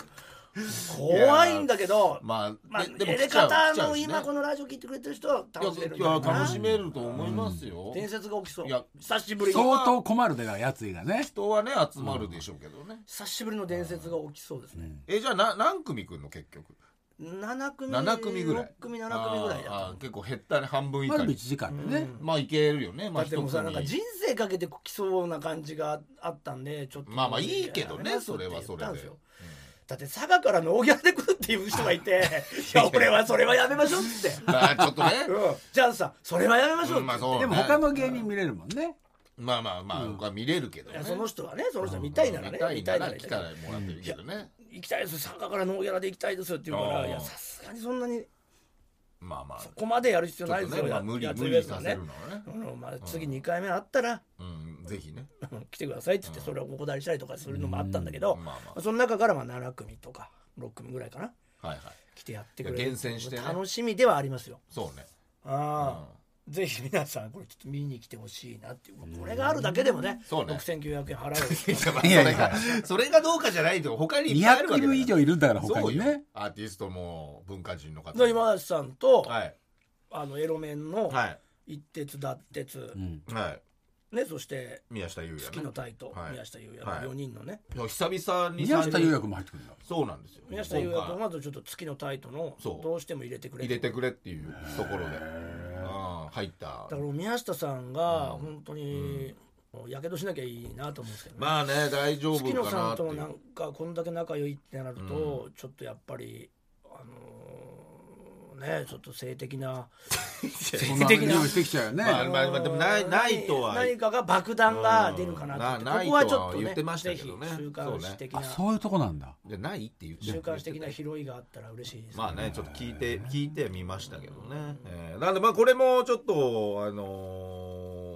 S5: 怖いんだけど
S4: まあ
S5: まあ、
S4: ねでも
S5: エレ
S4: 来ち
S5: カ
S4: ゃう
S5: タ
S4: 来ちゃ
S5: の
S4: うしね
S5: 今このラジオ聞いてくれてる人は楽しめるん
S4: い
S5: じ
S4: や
S5: ゃないい
S4: や
S5: かな
S4: 楽しめると思いますよ
S5: 伝説が起きそう
S4: いや
S5: 久しぶりに
S6: 相当困るでなやついがね
S4: 人はね集まるでしょうけどね
S5: 久しぶりの伝説が起きそうですね、
S4: えじゃあな何組くんの結局
S5: 7組
S4: 7組ぐらい
S5: 6組7組ぐらいだ
S4: あーあー結構減ったね半分以
S6: ま
S4: 下
S6: ず1
S4: に
S6: 時間でね
S4: まあいけるよね
S5: だ
S4: まあ
S5: ってもうさなんか
S4: 一組
S5: 人生かけて来そうな感じがあったんでちょっと
S4: まあまあいいけどね
S5: やめます
S4: それは
S5: って言
S4: それで
S5: ったんすよだって佐賀からノーギャラで来るっていう人が いていや俺はそれはやめましょうっつって、
S4: まあちょっとね
S5: うん、じゃ あさそれはやめましょうっつって、
S4: うんまあそう
S6: でも他の芸人見れるもんね
S4: まあまあまあ僕は見れるけど
S5: い
S4: ね
S5: やその人はねその人は見たいならね、
S4: 見たいなら
S5: 見
S4: 来
S5: たい
S4: た
S5: なら
S4: らもらってるけどね
S5: 行きたいです佐賀からノーギャラで行きたいですって言うか
S4: あ
S5: ら
S4: ー
S5: いやさすがにそんなに
S4: まあまあち
S5: ここまでやる必
S4: ょ
S5: 要
S4: っ
S5: ないです
S4: と
S5: よ、
S4: ねまあ
S5: や
S4: 無理
S5: やつ
S4: 無
S5: れるや
S4: 理
S5: つは
S4: さ
S5: ね
S4: せるのはね
S5: うんまあ、次2回目あったら、
S4: うんぜひね
S5: うん来てくださいって言ってそれをお断りしたりとかするのもあったんだけど、
S4: うんまあま
S5: その中からまあ7組とか6組ぐらいかな
S4: はいはい
S5: 来てやってくれる
S4: 厳選してね
S5: 楽しみではありますよ
S4: そうね
S5: ああ、ぜひ皆さんこれちょっと見に来てほしいなっていうこれがあるだけでもね,、
S4: そうね
S5: 6900円払うよ
S4: い やいやそれがどうかじゃないと他にいっぱいあるわ
S6: 200
S4: けだから
S6: 組以上いるんだから他
S4: そう
S6: に
S4: よ
S6: ね
S4: アーティストも文化人の方も
S5: で今田さんと、
S4: はい
S5: あのエロメンの
S4: はい
S5: 一徹脱鉄、
S4: はい
S5: ねそして
S4: 宮下優也ね
S5: 月のタイと
S4: はい
S5: 宮下優
S4: は
S5: 也
S4: い
S5: の4人のね、
S4: いや久々に
S6: 宮
S4: 三
S6: 下
S4: 人
S6: 優也君も入ってくるんだ
S4: そうなんですよ
S5: 宮下優也
S4: 今
S5: 君
S4: 回
S5: はちょっと月のタイとの
S4: そう
S5: どうしても入れてくれ
S4: 入
S5: と
S4: れてくれっていうところでうん入った
S5: だから宮下さんが本当にやけどしなきゃいいなと思うんですけど、ね
S4: まあね大丈夫
S5: 月野
S4: か
S5: さ
S4: なんって
S5: と
S4: い
S5: もなん
S4: う
S5: かこんだけ仲良いってなると、ちょっとやっぱりあのーねちょっと性的な
S6: そ
S5: 性
S6: んな
S5: 的な
S6: 匂いしてきちゃうよね
S4: まあまあまあでもないないとは
S5: 何かが爆弾が出るかなって
S4: うんな
S5: ここはちょっ
S4: ないとは
S5: とね
S4: 言ってましたけど
S5: ぜ
S4: ね
S5: ひ週刊誌的な、
S6: あそういうとこなんだ
S4: じゃないって言って
S5: 週刊誌的な拾いがあったら嬉しいです、ね
S4: まあねちょっと聞いて聞いてみましたけどね、えーなんでまあこれもちょっとあの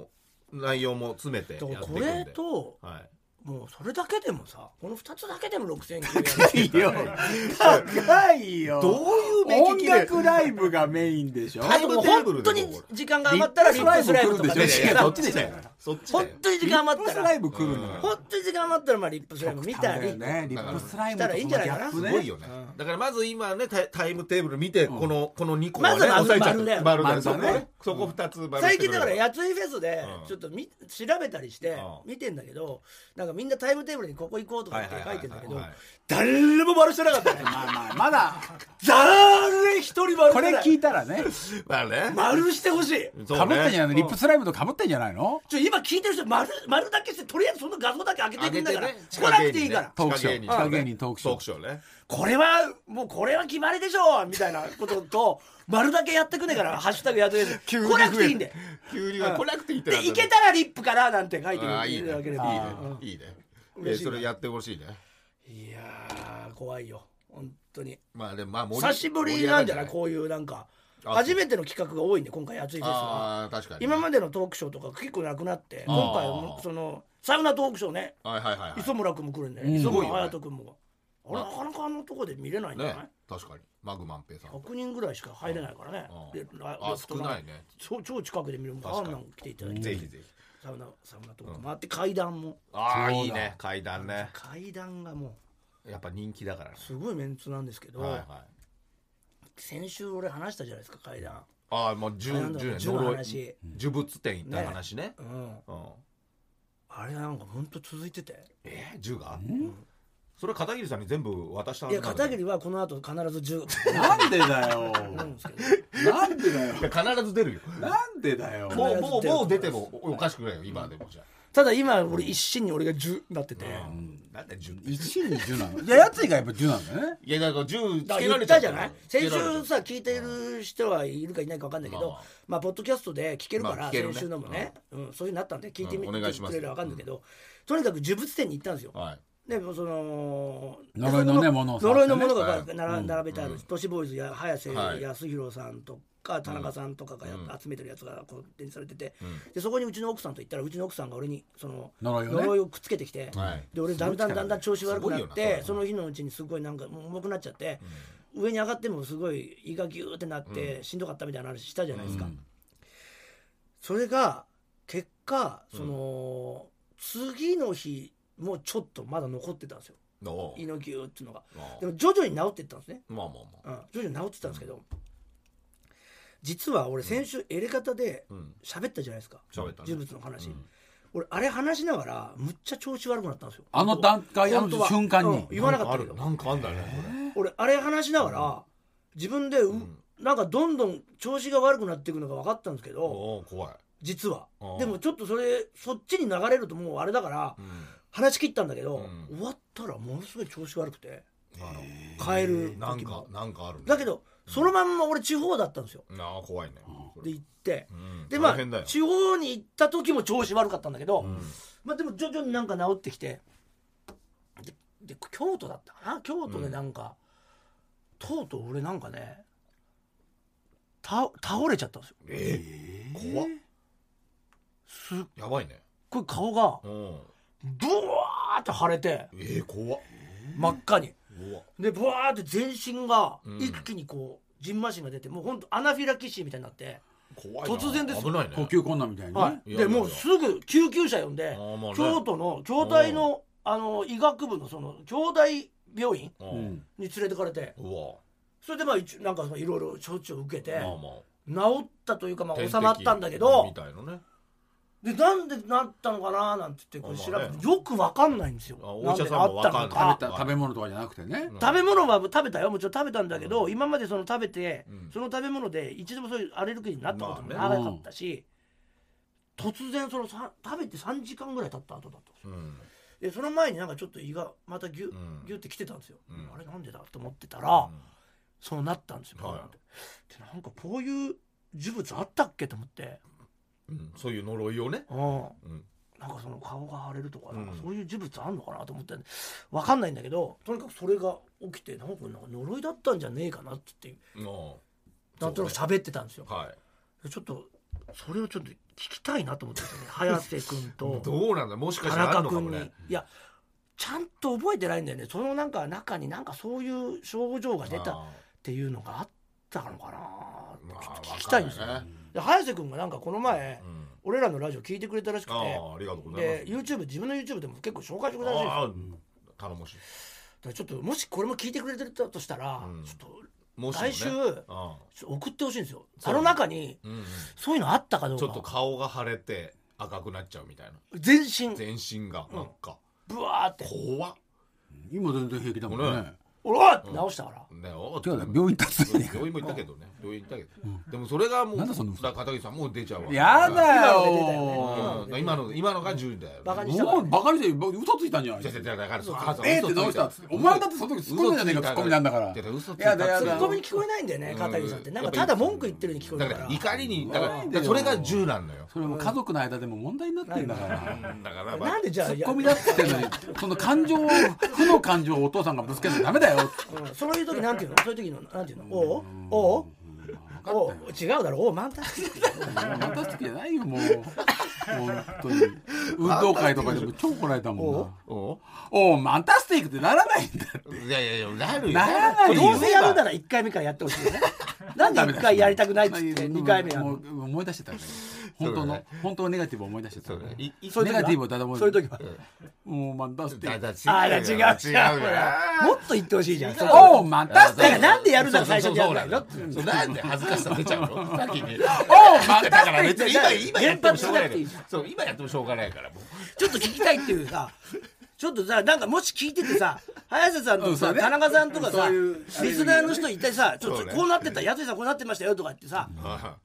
S4: ー内容も詰めてやってい
S5: だ
S4: く
S5: か
S4: ん
S5: ら
S4: で
S5: これと
S4: はい
S5: もうそれだけでもさこの2つだけでも6900円
S6: いよ高いよ
S4: どういう目利
S6: 音
S4: きで
S6: 楽ライブがメインでしょ
S5: あともう本当に時間が余ったらリップスライブとか
S6: いや
S5: ね
S6: いやいやそっちでしょ
S4: そっちだ
S5: 本
S4: よ
S5: 当に時間余っ
S6: リップ
S5: た
S6: スライ
S5: ら
S6: ブ来るんだから
S5: 本当に時間余ったらまあリップスライブ見たり
S6: ねリップスライムとかのギャップ
S5: す
S4: す
S6: ね
S4: ごいよね、だからまず今ねタイタイムテーブル見てこの、この2個をね
S5: まずは
S4: 押さえちゃ
S5: 丸だよ
S4: う丸だよ
S6: 丸だ
S4: そ
S6: ね
S4: こねそこ2つ丸
S5: 最近だから
S4: や
S5: やついフェスで
S4: うん
S5: ちょっとみ調べたりして
S4: うん
S5: 見てんだけどなんかみんなタイムテーブルにここ行こうとかって書いてんだけど
S4: はいはい
S5: 誰も丸してなか ったね
S6: まあまあまだ
S5: 誰一人丸し
S6: こ
S5: て
S6: れ
S5: ない
S6: 聞いたらね
S4: まあね
S5: 丸してほしい
S4: そう
S6: かぶってんじ
S4: ね
S6: ゃないのリップスライムとかぶってんじゃないの
S5: ちょ今聞いてる人丸丸だけしてとりあえずその画像だけ開けてみんなから
S4: 開けてね
S5: 来なくていいから
S6: トークショー
S4: 地
S6: 地
S4: 下
S6: 下
S4: 芸
S6: 芸
S4: 人
S6: 人
S4: ト
S6: ト
S4: ー
S6: ー
S4: ク
S6: ク
S4: シ
S6: シ
S4: ョ
S6: ョ
S4: ー
S6: ー
S4: ね
S5: これはもうこれは決まりでしょうみたいなことと丸だけやってくねえ から「ハッシュタグやってくね」来
S4: 急に
S5: なくていいんで
S4: 急には来なくていいって
S5: で
S4: なった
S5: 行けたらリップからなんて書いて
S4: ああいい
S5: る
S4: ねい
S5: だ
S4: い
S5: け
S4: ね
S5: で
S4: いいね
S5: 嬉
S4: え
S5: しいな
S4: それやってほしいね
S5: いやー怖いよ本当に
S4: まあでもまあ盛
S5: 久
S4: り
S5: しぶりなんじゃない
S4: 盛
S5: こういうなんか
S4: あ
S5: 初めての企画が多いんで今回「熱い
S4: り
S5: で
S4: 上
S5: す
S4: がるんじ
S5: が
S4: ゃないああ確かに
S5: 今までのトークショーとか結構なくなって
S4: あー
S5: 今回もそのサウナトークショーね
S4: はいはいはいはい
S5: 磯村君も来るんで
S6: うん
S5: 磯
S6: すご
S4: い
S5: 村
S4: よ
S5: 隼
S4: ね
S5: 人君もあれなかなかあのとこで見れないんじゃない
S4: ね確かにマグマンペイさん
S5: 100人ぐらいしか入れないからね
S4: うん
S5: でラ
S4: あ
S5: レフト前
S4: 少ないね
S5: 超超近くで見るんであ
S4: 確
S5: ん
S4: か
S5: な
S4: に
S5: ん来ていただいて
S4: ぜひぜひ
S5: サウナサウナとか回って階段も
S4: ああ
S6: そうだ
S4: いいね階段ね
S5: 階段がも
S4: やっぱ人気だからね
S5: うすごいメンツなんですけど
S4: はいはい
S5: 先週俺話したじゃないですか階段
S4: ああもう十
S5: 階段とか
S4: 十年
S5: 銃の話
S4: 呪物店行った話ね
S5: うん
S4: うん
S5: あれなんかほんと続いてて
S4: えー銃がそれ片桐さんに全部渡したはいず
S5: や
S4: なんだ
S5: 片桐はこの後必ず 銃
S6: なんでだよ
S5: 思うんですけど
S6: なんでだよ
S4: いや必ず出るよ
S6: なんでだよ
S4: もうもう
S5: 必ず出る
S4: もう出てもおかしくないよ今でもじゃ
S5: ただ今俺一心に俺が銃になってて
S4: あなんで銃い
S6: 1に10なのいややつ以外やっぱ10なんだよね
S4: やだから銃つ
S5: だから
S4: け
S5: 言
S4: ら
S5: っ
S4: れちゃ
S5: た
S4: う
S5: じゃない
S4: つけ
S5: 先
S4: られちゃう
S5: 週さ聞いてる人はいるかいないか分かんないけど
S4: まあまあ
S5: まあポッドキャストで聞けるか
S4: ま
S5: ら
S4: あ聞ける
S5: 先
S4: ね
S5: 週のもねうんそういうのあったんで聞いてみ
S4: うんお願いしま
S5: て
S4: す
S5: くれれば分かんないけどとにかく呪物店に行ったんですよ
S4: はい
S5: でもうその
S6: 呪いのねものを触
S5: 呪
S6: ってね
S5: いのものが
S4: は
S5: なら並べてある都市ボーイズや早瀬
S4: はい
S5: 康弘さんとか田中さんとかがや
S4: うん
S5: 集めてるやつがこう展示されてて
S4: うん
S5: でそこにうちの奥さんと行ったらうちの奥さんが俺にその
S6: 呪いをね
S5: 呪いをくっつけてきて
S4: はい
S5: で俺だんだんだんだん調子悪くなっ
S4: すごいよ
S5: て
S4: な
S5: その日のうちにすごいなんかもう重くなっちゃって上に上がってもすごい胃がギューってなってしんどかったみたいな話したじゃないですか
S6: うん
S5: それが結果その次の日もちょっとまだ残ってたんですよ
S4: の
S5: 胃のギューっていうのが。
S4: まあ
S5: でも徐々に治っていったんですね、
S4: まあまあまあ
S5: うん、徐々に治っていったんですけど、実は俺先週エレ方で
S4: うん
S5: 喋ったじゃないですか
S4: 喋ったね
S5: 呪物の話、
S4: うん
S5: 俺あれ話しながらむっちゃ調子悪くなったんですよ
S6: あの段階あ
S5: 本当
S6: の
S5: は
S6: 瞬間
S5: うん
S6: に
S5: 言わなかったけど
S4: なんかあるなんかあんだね
S5: 俺あれ話しながら自分でう、なんかどんどん調子が悪くなっていくのが分かったんですけ
S4: これ
S5: ど
S4: おお怖い
S5: 実は
S4: ああ
S5: でもちょっとそれそっちに流れるともうあれだから
S4: うん
S5: 話し切ったんだけど、
S4: うん
S5: 終わったらものすごい調子悪くて
S4: あの
S5: 帰る
S4: なん
S5: 時
S4: か
S5: も
S4: なんかあるね
S5: だけどそのまんま俺地方だったんですよ
S4: なあ怖いね
S5: で行って、
S4: うん
S5: でま
S4: 大変だ
S5: あ
S4: よ
S5: 地方に行った時も調子悪かったんだけど、まあでも徐々になんか治ってきてでで京都だったかな京都でなんか、とうとう俺なんかねた倒れちゃったんですよ
S4: えー怖っ
S5: すっ
S4: やばいね
S5: ごい顔が
S4: うん
S5: ブワーって腫れて
S4: えー怖っ
S5: 真っ赤に
S4: うわ
S5: でブワーって全身が
S4: うん
S5: 一気にこうじんましんが出てもうほんとアナフィラキシーみたいになって、
S4: 怖いな
S5: 突然ですよ
S4: 危ないね
S6: 呼吸困難みたいにね
S5: はい、
S4: いやいや
S5: で
S4: いや
S5: もうすぐ救急車呼んで
S4: あーまあね
S5: 京都の京大のあの医学部のその京大病院
S4: う
S6: うんん
S5: に連れてかれて
S4: うわ
S5: それでまあ一なんかそのいろいろ処置を受けて
S4: まあま
S5: 治ったというかま
S4: あ
S5: あ収まったんだけど
S4: みたいなね
S5: でなんでなったのかななんて言ってこう調
S4: ま
S5: べ
S4: あまあ
S5: て
S4: ね
S5: よくわかんないんですよ
S4: あお医者さんも
S5: なんであったの
S4: わかんない
S5: か
S6: 食べた食べ物とかじゃなくてね
S5: 食べ物は食べたよもちろん食べたんだけど今までその食べて
S4: うん
S5: その食べ物で一度もそういうアレルギーになったことも
S4: ま
S6: あね
S5: なかったし突然そのさ食べて3時間ぐらい経った後だったんですよ
S4: うん
S5: でその前になんかちょっと胃がまたギュ,、
S4: うん
S5: ギュってきてたんですよ、
S4: うん
S5: あれなんでだと思ってたら、
S4: うん
S5: そうなったんですよ、
S4: はい
S5: でなんかこういう呪物あったっけと思って、
S4: うんそういう呪いをね
S5: う
S4: うん
S5: ん、なんかその顔が腫れるとか
S4: うん
S5: なんかそういう呪物あんのかなと思って分かんないんだけどとにかくそれが起きてなんかなんか呪いだったんじゃねえかなって言って
S4: うん
S5: なんとなく喋ってたんですよ、
S4: はい
S5: でちょっとそれをちょっと聞きたいなと思っ てたんですよね早瀬君と
S4: どうなんだもしか
S5: 田
S4: したらある
S5: 中
S4: のかも
S5: 君に、
S4: ね
S5: いやちゃんと覚えてないんだよねそのなんか中になんかそういう症状が出たっ
S4: あ
S5: ていうのがあったのかな
S4: ーまあ
S5: ちょっと聞きたいんですよ、
S4: わかんないね
S5: で早瀬君がなんかこの前、
S4: うん
S5: 俺らのラジオ聞いてくれたらしく
S4: あ
S5: て
S4: ーありがとうございます
S5: で YouTube 自分の YouTube でも結構紹介してくれたらしいんですよ
S4: あー頼もしい
S5: だからちょっともしこれも聞いてくれてたとしたら、
S4: うん
S5: ちょっと
S4: もしもね
S5: 来週
S4: あ
S5: ちょっと送ってほしいんですよ
S4: そう
S5: あの中に
S4: ーうんうん
S5: そういうのあったかどう
S4: ち
S5: か
S4: ょっと顔が腫れて赤くなっちゃうみたいな
S5: 全身
S4: 全身がなんか
S5: ブワーって
S4: 怖っ
S6: 今全然平気だもんね
S5: 「
S4: 俺
S5: おら!」って直したから、
S4: ねお
S6: 違うだ病院立つね
S4: 病院も行ったけどね病院行ったけどでもそれがもう
S6: なんだその嘘
S4: だから片桐さんもう出ちゃうわ
S6: やだ
S4: う
S6: よ
S4: ん今の今のが10だよ
S5: バカにしたか
S6: も
S5: ら
S6: うバカにして嘘ついたんじゃない
S4: じゃじゃじゃだからそ
S6: えーって直したっつってお前だってその時突っ込んだじゃねえか突っ込みなんだから
S4: 嘘つい
S6: や
S4: た
S6: だや
S5: ツ
S6: だ
S5: ッコミに聞こえないんだよね
S4: うん
S5: 片桐さんってなん
S4: や
S5: か
S4: っぱり
S5: ただ文句言ってるように聞こえ
S4: だ
S5: る
S4: か
S5: からら
S4: 怒りにだから
S6: うん
S4: だからそれが10なんだよ
S6: それも家族の間でも問題になってんだから
S4: だからまあ
S5: なんでじゃあ
S6: ツッコミだっつってんのにその感情を負の感情をお父さんがぶつけるのダメだよ
S5: うんそういう時なんていうのそういう時のなんていうのおうおうおう違うだろおう満タン
S6: また好きじゃないよもう本当に運動会とかでも超こられたもんな
S4: お
S6: おおマンタスティックってならないんだって
S4: いやいやいやなるよ
S6: ならないよ
S5: どうせやるなら1回目からやってほしいよねなんで1回やりたくないっつって2回目やる
S6: も
S5: の
S6: う思い出してたから本当
S4: そうだ
S6: の
S4: ね
S6: 本当のネガティブを思い出してた
S4: そうだねいい
S5: そういう
S6: ネ
S5: 時は
S6: ガティブをただ思い
S5: そういう時は
S6: もうマンタスティ
S4: だ
S6: ック
S4: だ
S5: あ
S4: 違
S5: ー
S4: う
S5: い
S4: よ
S5: や違う違う
S4: 違うよ
S5: もっと言ってほしいじゃんそこ
S6: おおマンタステ
S5: だから
S6: ィック
S5: なんでやるなら最初にやる
S4: そう
S5: の
S4: そうそうそうなんで恥ずかしさ出ちゃうの先に
S6: おうまた
S4: だから別に今今やってもしょうがな
S5: 原発しなくてい
S4: い
S5: いじゃ
S4: そう今やってもしょうがないからもう
S5: ちょっと聞きたいっていうさちょっとさなんかもし聞いててさ早瀬さんと
S6: うんそ
S5: さ、
S6: うね
S5: 田中さんとかさ
S6: そういう
S5: リスナーの人いたさちょっ
S4: そ
S5: と
S4: うね
S5: こうなってたやつさんこうなってましたよとかってさ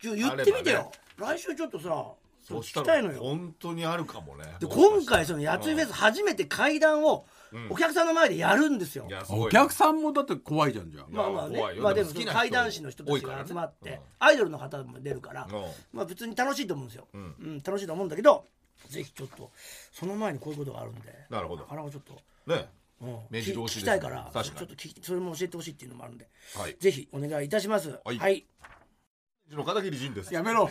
S5: ちょ言ってみてよ、来週ちょっとさちょっと
S4: そ
S5: 聞
S4: し
S5: き
S4: た
S5: た
S4: ら
S5: いのよ
S4: 本当にあるかもね
S5: で今回そのやついフェス初めて階段をお客さんの前でやるんですよ、
S4: いやすごい
S6: お客さんもだって怖いじゃんじゃん
S5: まあまあね
S4: 怖いよ
S5: まあ
S4: で
S5: で
S4: も
S5: も
S4: 好
S5: そ
S4: きな
S5: の
S4: 人
S5: 怪談師の人た
S4: 多い
S5: ち
S4: から
S5: が
S4: ね
S5: 集まって、
S4: うん
S5: アイドルの方も出るから、
S4: うん
S5: まあ普通に楽しいと思うんですよ、うん楽しいと思うんだけどぜひちょっとその前にこういうことがあるんで
S4: なるほど
S5: なかなかちょっと、
S4: ね
S5: うん、
S4: 目白押
S5: 聞
S4: しですね
S5: きたいから
S4: 確かに
S5: ちょっと聞きそれも教えてほしいっていうのもあるんで、
S4: はい
S5: ぜひお願いいたしますはい
S4: うちの片桐仁です
S6: やめろ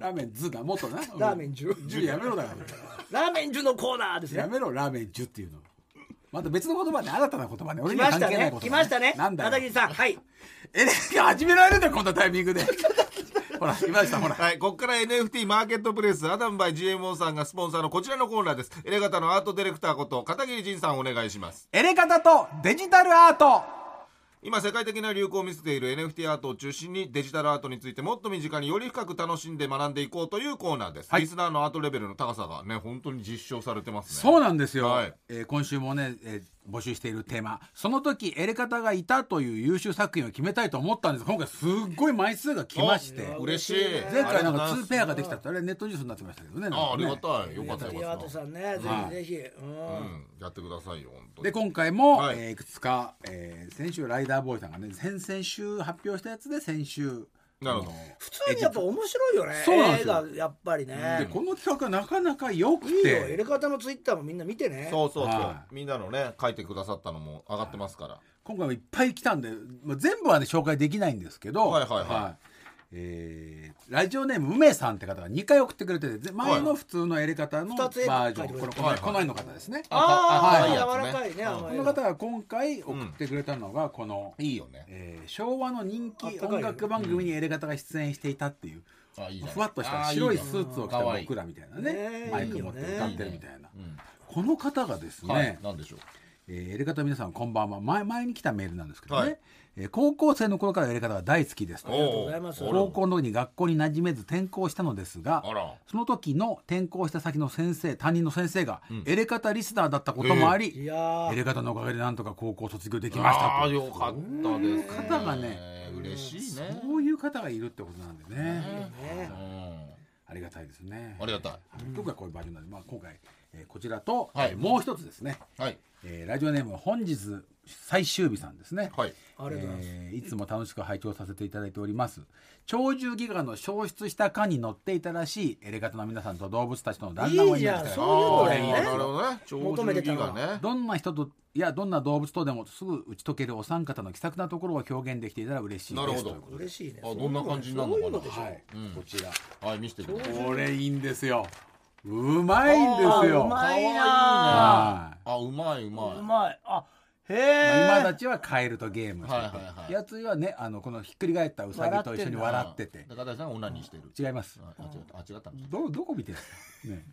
S6: ラーメンズだもっとな
S5: ラーメン10
S6: 十やめろだ よ
S5: ラーメン中のコーナーです
S6: や
S5: ね
S6: めろラーメン十っていうのまた別の言葉で新たな言葉ね俺
S5: 来
S6: には
S5: まし
S6: 関
S5: た
S6: 係ない
S5: ね
S6: 言葉
S5: 来ましたね
S6: なんだよ
S5: 片桐さんはい
S6: え始められるんだよこんなタイミン グでほら来ましたほら
S4: はい、ここから NFT マーケットプレイスアダムバイ GMO さんがスポンサーのこちらのコーナーですエレガタのアートディレクターこと片桐仁さんお願いします
S6: エレガタとデジタルアート
S4: 今世界的な流行を見せている NFT アートを中心にデジタルアートについてもっと身近により深く楽しんで学んでいこうというコーナーです、
S6: はい
S4: リスナーのアートレベルの高さがね本当に実証されてますね
S6: そうなんですよ、
S4: はい
S6: えー今週もね、えー募集しているテーマその時エレガタがいたという優秀作品を決めたいと思ったんです今回すっごい枚数が来まして
S4: お嬉しい
S6: 前回なんか
S4: ありがとうございます
S6: 2ペアができたってあれネットニュースになってましたけどねなんかね
S4: あありがたいよかった
S5: 岩
S4: よか
S5: 戸
S4: った
S5: さんねぜひぜひ、うん
S4: うんやってくださいよ本当に
S6: で今回も、
S4: はい
S6: いえーいくつか、えー先週ライダーボーイさんがね先々週発表したやつで先週
S4: なるほど
S6: あの
S5: 普通にやっぱ面白いよね
S6: そうなんで
S5: 映
S6: すよ
S5: 画やっぱり
S6: で
S5: ね
S6: この企画がなかなか良く
S5: いいよ
S6: て
S5: 入れ方のツイッターもみんな見てね
S4: そうそうそう、
S6: は
S4: みんなのね書いてくださったのも上がってますから
S6: 今回もいっぱい来たんで、まあ、全部はね紹介できないんですけど、
S4: はいはいはい
S6: えーラジオネーム梅さんって方が2回送ってくれててぜ前の普通のやり方のバ
S5: 二つ絵書いて
S6: ージョン、
S5: くれてる
S6: このこ
S4: はいは
S6: の
S4: い
S6: この絵の方ですね、
S5: ああ、
S6: はい
S5: 柔らかいね、あ
S6: こ
S5: の
S6: の方が今回送ってくれたのがこの、
S4: いいよね
S6: えー昭和の人
S5: あった
S6: 気
S5: かいよ
S6: 音楽番組にやり方が出演していたっていう、
S4: あいいじゃん
S6: ふわっとした
S4: あ
S6: 白い
S4: じゃん
S6: スーツを着た
S4: かわいい
S6: 僕らみたいなね
S5: ねえ
S6: マイク持って歌ってるみたいな
S4: うん
S6: この方がですね、
S4: はい、なんでしょう
S6: えー、エレガタの皆さんこんばんは前前に来たメールなんですけどね、
S4: はい
S6: えー高校生の頃からエレガタが大好きですと
S4: お
S5: とうございます
S4: お
S5: お
S4: ー
S6: 高校の時に学校に馴染めず転校したのですが
S4: あら
S6: その時の転校した先の先生担任の先生がエレガタリスナーだったこともあり、
S5: いやー
S6: エレガタのおかげでなんとか高校を卒業できまし
S4: あ
S6: た
S4: あー
S6: と
S4: よかったですね
S6: 方がね
S4: 嬉しいね
S6: そういう方がいるってことなんでね
S5: ね
S4: う
S6: ありがたいですね
S4: んありがたい
S6: 今回こういうバージョンなんで、まあ、今回、えーこちらと、
S4: はい
S6: えーもう一つですね、
S4: はい
S6: えーラジオネーム本日最終日さんですね。
S4: はい。
S5: ありがとうございます。
S6: えーいつも楽しく拝聴させていただいております鳥獣戯画の消失した缶に乗っていたらしいエレガタの皆さんと動物たちとの団らんをイメージ
S5: いいじ
S6: した
S5: ゃん
S6: よ
S5: そういうのね
S4: あーなるほどね。
S5: 求めてたな
S4: 長寿戯画ね。
S6: どんな人といやどんな動物とでもすぐ打ち解けるお三方の気さくなところを表現できていたら嬉しいです
S4: なるほど
S6: ということで
S5: 嬉しいね。
S4: あどんな感じになるのかな
S5: そういうでしょ
S6: はい、こちら
S4: はい、見せてください。
S6: これいいんですようまいんですよ
S5: あうまいな
S4: あ
S6: はい
S4: あ、うまいうま
S5: う
S4: い。
S5: まい。あ、へ
S6: 今た
S5: え。
S6: ちはカエルとゲームして
S4: は
S6: て、
S4: いはいはい
S6: やついはねあのこのひっくり返ったウサギと一緒に笑ってて
S4: 高田さんはオナニーしてる。
S6: 違います
S4: あ、違った。あ、違った。
S6: どどこ見てるんですか、ね、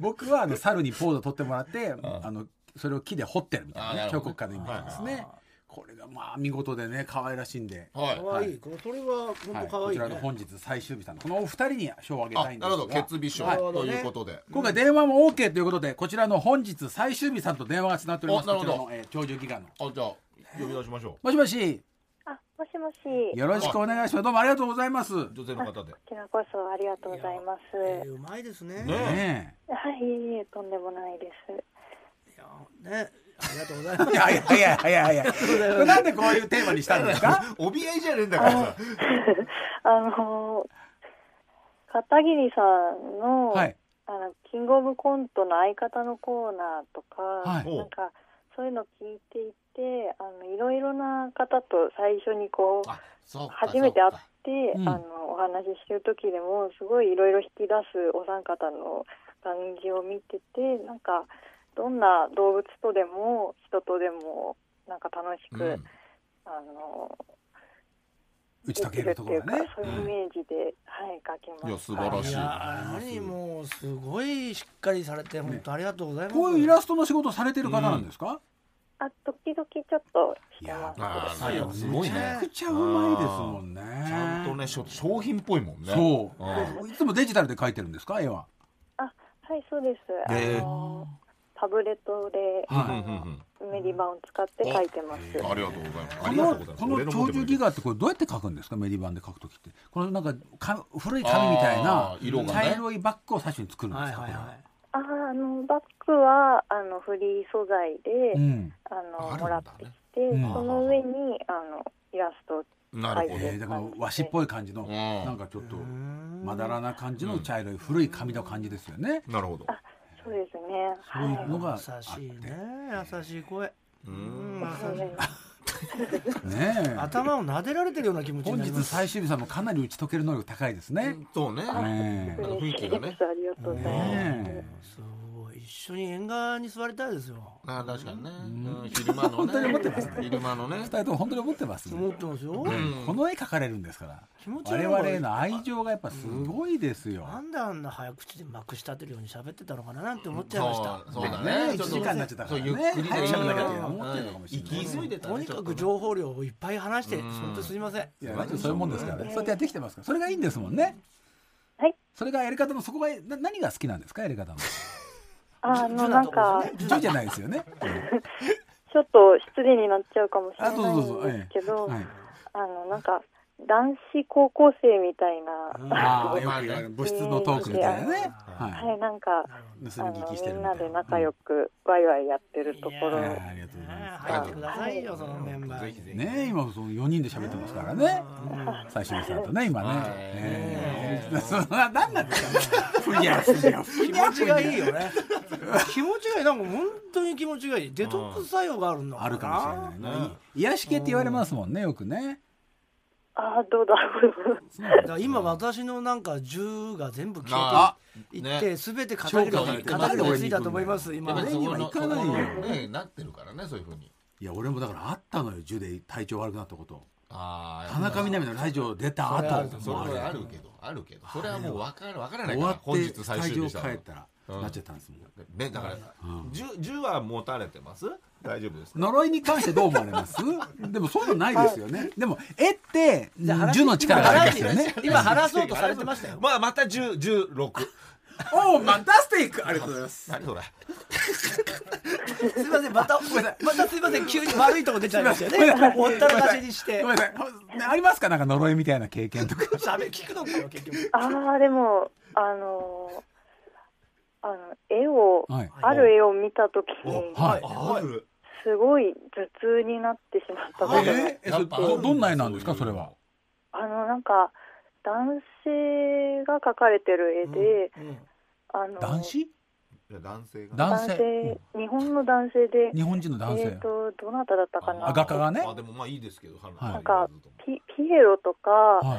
S6: 僕はあの猿にポーズを取ってもらってあのそれを木で掘ってるみた
S4: あ
S6: い
S4: な
S6: な
S4: るほど
S6: 彫刻家のイメージですね、これがまあ見事でね可愛らしいんで、
S4: はい。
S5: 可愛い。これそれは
S6: は
S5: 本
S6: い
S5: 当可
S6: こ
S5: 愛
S6: ち
S5: い
S6: らの
S5: ね。
S6: 本日最終日さんのこのお二人に賞をあげた
S4: あ、
S6: いんで
S4: な
S6: す
S4: る
S6: が
S4: ほど。決備賞
S6: はい
S4: ということで。
S6: 今回電話も OK ということでこちらの本日最終日さんと電話がつながっております
S4: おな
S6: こ
S4: るほ
S6: ち
S4: ど
S6: らの、えー、長寿祈願の
S4: あ、じゃあ、呼び出しましょ
S6: もしもし
S7: あ、もしもし。
S6: よろしくお願いしますどうもありがとうございます
S4: う。女性の方で
S7: こ。ちらこそありがとうございます。
S5: えーうまいですね。
S4: ね
S6: ね
S7: はい、いえいえ、とんでもないです。
S5: いやね、ありがとうございます
S6: えい。やいやいやいやいやこれなんでこういうテーマにしたんですか
S4: 怯えじゃねえんだからさ。
S7: あのー、片桐さんの、
S6: はい
S7: あの、キングオブコントの相方のコーナーとか、
S6: はい
S7: なんか、そういうの聞いていて、あの、いろいろな方と最初にこう、
S4: あ、そうか。
S7: 初めて会っ
S4: そうか
S7: て、
S6: うん
S7: あのお話ししてる時でもすごいいろいろ引き出すお三方の感じを見ててなんかどんな動物とでも人とでもなんか楽しく、
S4: うん。
S7: あの
S6: 打ち解け
S7: で
S6: る
S7: き
S6: と
S7: っ
S6: こ
S7: てい
S6: ろ
S7: うか
S6: がね
S7: そういうイメージで、はい書きました。
S4: いや素晴らし
S5: い
S4: い
S5: やー、何もうすごいしっかりされて本当ありがとうございます。
S6: こういうイラストの仕事されてる方なんですか、
S7: あ時々ちょっとしてます。
S4: あー
S6: あ
S4: い
S6: れ
S4: やすごい
S6: めちゃ
S4: ね
S6: く。ちゃうまいですもんね
S4: ちゃんとね、しょ商品っぽいもんね。
S6: そ
S4: ん
S6: ういつもデジタルで描いてるんですか絵は
S7: あはいそうです。
S4: で
S7: あのタブレットで、
S6: は
S4: うんうん
S7: あのメリバンを使って書いてます。
S4: うん。ありがとうございます。あ
S6: こ
S4: りがと
S6: の
S4: うございます。
S6: この
S4: 俺
S6: 長
S4: も
S6: 寿
S4: でも
S6: ギガってこれどうやって書くんですかメリバンで書くときってこのなんかか古い紙みたいな
S4: あー色がね
S6: 茶色いバッグを最初に作るんで
S5: はい
S6: すか、
S5: はい
S6: これ
S5: はい。
S7: あーあのバッグはあのフリー素材で、
S6: うん
S7: あの
S4: あるんだね
S7: もらってきて、
S6: うん
S7: その上にあのイラストを
S4: なるほ
S7: は
S4: ど
S7: い。
S6: えー、だから和紙っぽい感じの
S4: ん
S6: なんかちょっとまだらな感じの茶色い古い紙の感じですよね
S4: なるほど。
S7: そうですね
S6: そう
S7: はいいう
S6: のがあっ
S5: 優
S6: て
S5: しいね
S6: ね、
S5: 優しい声。
S4: うん。
S7: そうです
S6: え
S5: 頭を撫でられてるような気持ちに
S6: 本
S5: なり
S6: 日
S5: ます。
S6: 最終日さんもかなり打ち解ける能力高いですね
S4: そうね。
S6: ね
S4: なんか雰囲気がね
S7: 嬉しいですありがとうございます、
S6: ね
S5: すごい一緒に縁側に座りたいですよ。
S4: あ確かにね。うん昼間のね。
S6: 本当に思ってますね
S4: 昼間のね
S6: え二。人とも本当に思ってますね
S5: 思ってますよ。
S6: この絵描かれるんですから
S5: 気持ち悪
S6: 我
S5: い
S6: 々への愛情がやっぱすごいですよ、
S5: なんであんな早口でまくし立てるように喋ってたのかななんて思っちゃいました。
S4: そうそうだ
S6: ね
S4: ね。
S6: 一時間になっちゃったか
S4: そう
S6: らね
S4: ゆっくり
S6: 早く
S4: し
S6: 喋んなきゃ
S4: っ
S6: って思ってるのかもしれない
S4: 行き急いでたね
S5: とにかく
S4: ちょっ
S5: 情報量をいっぱい話して、本当にすみません。
S6: いやラジオそういうもんですからね。そうやってやってきてますから。それがいいんですもんね。
S7: はい。
S6: それがやり方のそこがな何が好きなんですかやり方の。
S7: ああのなんか
S6: ジョイじゃないですよ ね。
S7: ちょっと失礼になっちゃうかもしれ
S6: あ
S7: な
S6: どうぞどうぞ。
S7: いんですけどあ,、
S6: はい。
S7: のなんか男子高校生みたいな、
S6: ああ
S4: よく
S6: よく言う部室のトークみたいなね。は
S7: はいなんか
S6: い。
S7: あ
S6: 盗み聞
S7: の
S6: きしてる
S7: みん
S6: みたな。
S7: ないで仲良くワイワイやってるとこ
S6: う
S7: ろ
S6: ん。はいありがとうございま
S5: 入ってくださいよ、そのメンバ
S4: と
S5: ー
S4: ぜ
S5: に
S4: ひ。ぜ
S6: す。
S4: ひ。
S6: ねえ今その四人で喋ってますからね。最初にさんとね今ね
S4: はい
S6: ええ。 そんな何なんですかね。ふにゃふにゃふ
S5: 気
S6: にゃ
S5: 持
S6: ふ
S5: ち
S6: にゃ
S5: がいいよね。気持ちがいい、なんか本当に気持ちがいい、デトックス作用があるのかな。
S6: あるかもしれないね。癒し系って言われますもんねよくね。
S7: ああどうだろ
S5: だ
S7: う
S5: から今私のなんか銃が全部消
S4: あ
S5: えてい
S4: ね
S5: って、すべて片桐に
S4: 超
S5: 片桐についたと思います。
S4: や
S5: 今
S4: っぱりそ
S5: ね、
S4: この
S6: 行かないよ
S4: そこのねなってるからねそういうふうに。
S6: いや俺もだからあったのよ銃で体調悪くなったこと。
S4: ああ。
S6: 田中みな実のラジオ出た後
S4: それ
S6: もう
S4: は
S6: あ
S4: あ
S6: れ
S4: るけどあるけどそれはもうわからわからない
S6: 終
S4: から
S6: わ
S4: 本
S6: っ
S4: 日
S6: て
S4: 最
S6: 会
S4: 終
S6: 場
S4: 日
S6: 帰
S4: だ
S6: ったら
S4: うん
S6: なっちゃったんですもん
S4: ねだから銃銃は持たれてます大丈夫ですか
S6: 呪いに関してどう思われます でもそういうのないですよ ねでも絵って銃の力があるんですよね
S5: 今話そうとされてましたよ。
S4: まあまた10 16
S6: おおまたステイクありが とうございます
S4: 何それ
S5: すみません、また、またすみません、急に悪いとこ出ちゃいま したよね。ほったらかしにして
S6: ご。めんなさいねありますかなんか呪いみたいな経験とか
S5: 喋聞くのかよ、結局。
S7: ああでもあのあの絵を、
S6: はい
S7: ある絵を見た時に
S6: はい
S4: ある
S7: すすごい頭痛になってしまった
S6: え
S7: の
S4: はい
S6: ー
S7: で、
S6: えそれどどんな絵なんですかそれは。
S7: あのなんか男性が描かれてる絵で、あの
S6: 男子
S4: いや男性が。
S6: 男
S7: 男
S6: 性
S7: 性日本の男性で
S6: 日本人の男
S7: え
S6: 性。
S7: っ、とどなただったか
S6: あ
S7: な
S6: 画家がね
S4: あでもまあいいですけど、
S6: い
S4: な
S7: なんかピピエロとか、
S4: あ
S6: は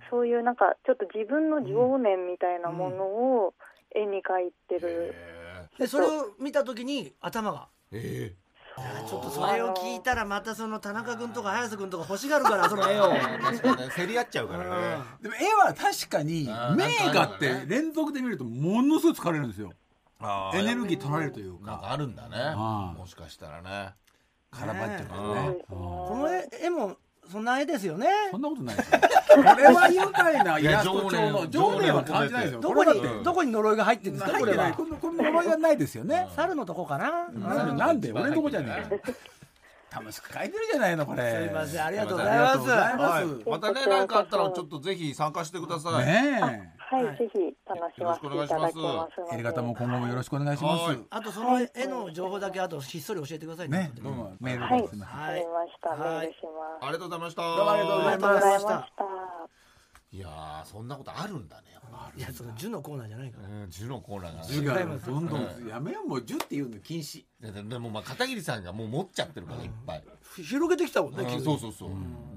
S4: ー
S7: そういうなんかちょっと自分の情念みたいなものを絵に描いてる、
S4: へ
S5: でそれを見た時に頭が
S4: ええ
S5: ちょっとそれを聞いたらまたその田中君とか早瀬君とか欲しがるからその絵を
S4: え確かにね 競り合っちゃうからね。
S6: い。でも絵は確かに
S4: あー
S6: 名
S4: な
S6: 画っ
S4: んかあるよ
S6: て
S4: ね
S6: 連続で見るとものすごい疲れるんですよ。
S4: あー
S6: エネルギー取られるという
S4: なん
S6: か。
S4: かあるんだね
S6: あー
S4: もしかしたらね
S6: 絡まっちゃうか
S7: そ
S6: ら
S7: う
S6: ね
S7: で。す
S6: う
S7: ね
S6: ん
S5: この絵絵もそんな絵ですよね
S6: そんなことないですよ。これは愉快なイラス
S4: いや情
S6: ト調の
S4: 念
S6: 情念は感じないですよ。
S5: どこに
S6: れだって
S5: どこに呪いが入ってるんですか
S6: 入
S5: こ
S6: っ
S5: れ
S6: てない。
S5: は
S6: このこの呪いがないですよね。
S5: 猿のとこかな、うん
S6: なんでなんで俺のとこじゃねえ
S4: え
S6: よ。楽しく書いてるじゃないのこれ。
S5: すいませんありが
S4: あり
S5: とう
S4: が
S5: ご
S4: とうご
S5: ざ
S4: ざ
S5: い
S4: い
S5: ま
S4: ますすはいまたね何かあったらちょっとぜひ参加してください、
S6: ね
S7: はい、
S5: はい
S7: ぜひ楽しませていただきますの
S6: え。
S7: で
S6: エレガタも今後もよろしくお願いしま
S4: は
S6: す
S4: い。
S5: あとその絵の情報だけあとひっそり教えてくださいね
S6: ね、
S5: 後で
S6: どうもメール
S7: は
S6: で
S7: いわ
S6: す
S7: かり
S6: みません。
S5: は
S7: ま
S5: い
S7: した、
S5: はい
S7: メールします
S4: ありがとうございました
S6: どうもありがとうございま
S7: ありがとうござい
S5: し
S7: ま
S5: た
S7: した
S4: いやーそんなことあるんだねやっぱ
S5: いやその「樹」のコーナーじゃないから
S4: うんジュのコーナーが
S6: 字
S4: ね
S6: がどんどんやめようもう十っていうの禁止。
S4: でででもまあ片桐さんがもう持っちゃってるからいっぱい、
S5: ひ広げてきたもんね
S4: うん
S5: 急に
S4: そうそうそう、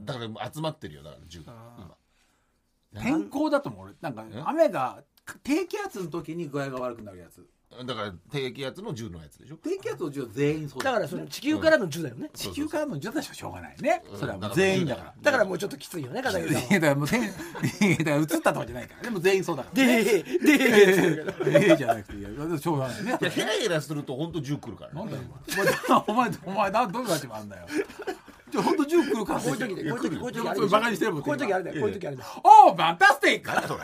S4: だから集まってるよだから10が今
S6: 天候だと思う。俺なんか
S4: え
S6: 雨が低気圧の時に具合が悪くなるやつ。
S4: だから低気圧の10のやつでしょ
S6: 低気圧の字は全員そう
S5: だからその地球からの「樹」だよね
S6: 地球からの字だしょしょうがないね。
S4: うん
S6: それはもう全員だから。
S5: だからもうちょっときついよね片桐
S6: い
S5: さんは
S6: やだからもう全 員いやだから映ったとかじゃないから。でも全員そうだから。
S5: でででで
S6: ええじゃなくていやしょうがないね
S4: い。やヘラヘラすると本当10来るから、
S6: な
S4: ね、
S6: んだよお前。お前お前なんどういう立場あんだよ。ちょ本当十来るから。
S5: こういう時でこういう時こういう時あれ
S6: それバカにしてるもん
S5: こういう時あれだよこういう時あれだよ
S6: おおファンタスティック
S4: なんだそれ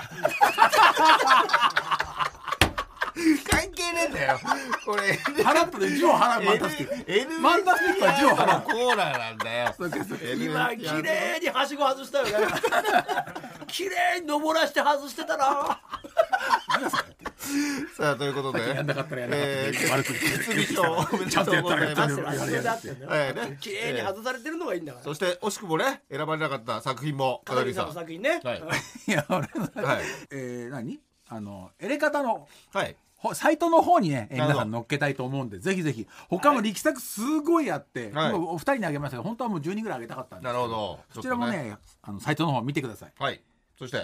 S4: 関係ねえんだよこれ
S6: 払ったで10を払うファンタスティック
S4: N-
S6: マンダスティックは10を払う
S4: コーナーなんだよ
S6: そうかそうか
S5: 今綺麗にはしご外したよね綺麗に登らして外してたな
S4: さあということで
S6: やんなかったらやんなかったで
S4: えー
S6: 悪く言って
S4: 設備表おめで
S6: ちゃんと
S4: とう
S6: やっ
S4: ご
S6: たら
S4: ざい
S6: やったら
S4: ま
S6: や
S5: 汗
S4: す
S6: ったら
S5: 汗だって
S4: え
S5: ね
S4: えね
S5: 綺麗に外されてるのがいいんだから
S4: そして惜しくもね選ばれなかった作品も
S5: 片
S4: 片
S5: 桐
S4: 桐
S5: さん
S4: さん
S5: の作品ね
S4: はい
S6: いや俺の
S4: はい
S6: えー何あのエレカタの
S4: はい
S6: ほサイトの方にね、えー
S4: なるほ
S6: 皆
S4: ど
S6: さん乗っけたいと思うんで、ぜひぜひ、他も力作すごいあって、
S4: はい
S6: 今お二人にあげましたけど、本当はもう10人ぐらいあげたかったんで
S4: な
S6: す
S4: るほど
S6: そちらもね
S4: ょっと
S6: あの、サイトの方見てください。
S4: はいそして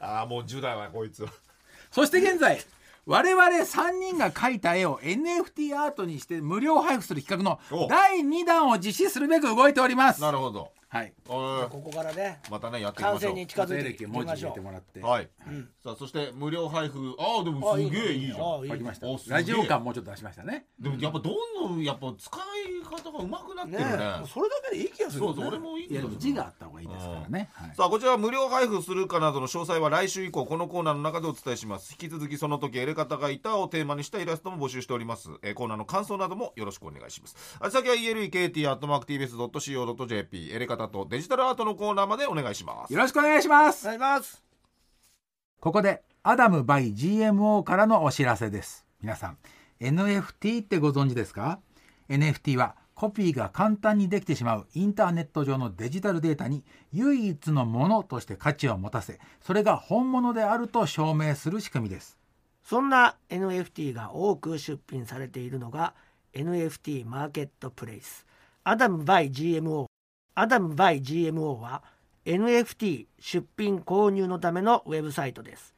S4: ああもう10代はこいつは
S6: そして現在、我々3人が描いた絵を NFT アートにして無料配布する企画の
S4: お
S6: 第2弾を実施するべく動いております。
S4: なるほど
S6: はい。
S4: おー
S5: ここからね
S4: またねやっていき
S5: 完
S4: ましょ
S5: 成
S4: う
S5: に近づい
S6: エ
S5: て
S6: レ
S5: いき
S6: キ文字
S5: ま
S6: 入
S5: しょ
S6: れて
S5: う
S6: もらって。
S4: はい、さあそして無料配布ああでも
S5: あい
S4: す
S5: いね
S4: げえいいじゃん
S5: あいい
S6: 書きました
S4: おす。げえ
S6: ラジオ感もうちょっと出しましたね。
S4: でもやっぱどんどんやっぱ使い方がうまくなってるね
S5: ねそれだけでいい気がする
S4: そ
S5: よ
S4: うそう俺
S5: ね
S4: もいい
S6: いやでも字があった方がいいですからね。はい
S4: さあこちらは無料配布するかなどの詳細は来週以降このコーナーの中でお伝えします引き続きその時エレ方がいたをテーマにしたイラストも募集しております、えーコーナーの感想などもよろしくお願いしますあ先は elekt.tbs.co.jp エレ方とデジタルアートのコーナーまでお願いします
S6: よろしくお願いしま
S5: お。
S6: す
S5: 願いします
S6: ここでアダム by GMO からのお知らせです皆さん NFT ってご存知ですか NFT はコピーが簡単にできてしまうインターネット上のデジタルデータに唯一のものとして価値を持たせそれが本物であると証明する仕組みです
S5: そんな NFT が多く出品されているのが NFT マーケットプレイスアダム by GMO アダム by GMO は NFT 出品購入のためのウェブサイトです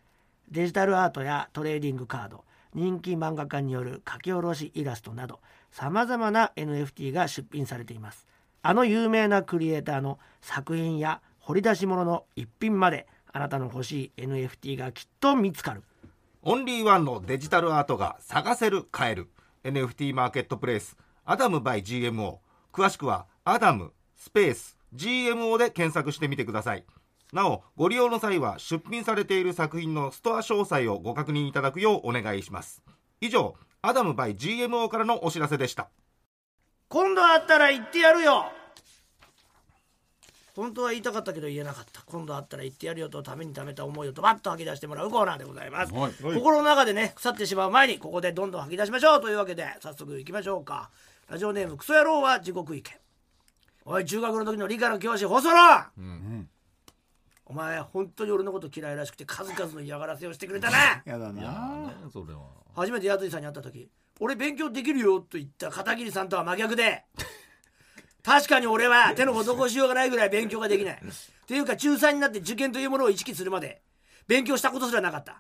S5: デジタルアートやトレーディングカード人気漫画家による書き下ろしイラストなどさまざまな NFT が出品されていますあの有名なクリエイターの作品や掘り出し物の一品まであなたの欲しい NFT がきっと見つかる
S4: オンリーワンのデジタルアートが探せる買える NFT マーケットプレイスアダム by GMO 詳しくはアダムスペース GMO で検索してみてくださいなおご利用の際は出品されている作品のストア詳細をご確認いただくようお願いします以上アダム by GMO からのお知らせでした
S5: 今度会ったら言ってやるよ本当は言いたかったけど言えなかった今度会ったら言ってやるよとためにためた思いをドバッと吐き出してもらうコーナーでございます
S6: はい
S5: 心の中でね腐ってしまう前にここでどんどん吐き出しましょうというわけで早速行きましょうかラジオネームクソ野郎は地獄意見おい中学の時の理科の教師細野、お前本当に俺のこと嫌いらしくて数々の嫌がらせをしてくれたな
S6: やだな
S4: ねそれは
S5: 初めてやついさんに会った時俺勉強できるよと言った片桐さんとは真逆で 確かに俺は手の施しようがないぐらい勉強ができないというか中3になって受験というものを意識するまで勉強したことすらなかった、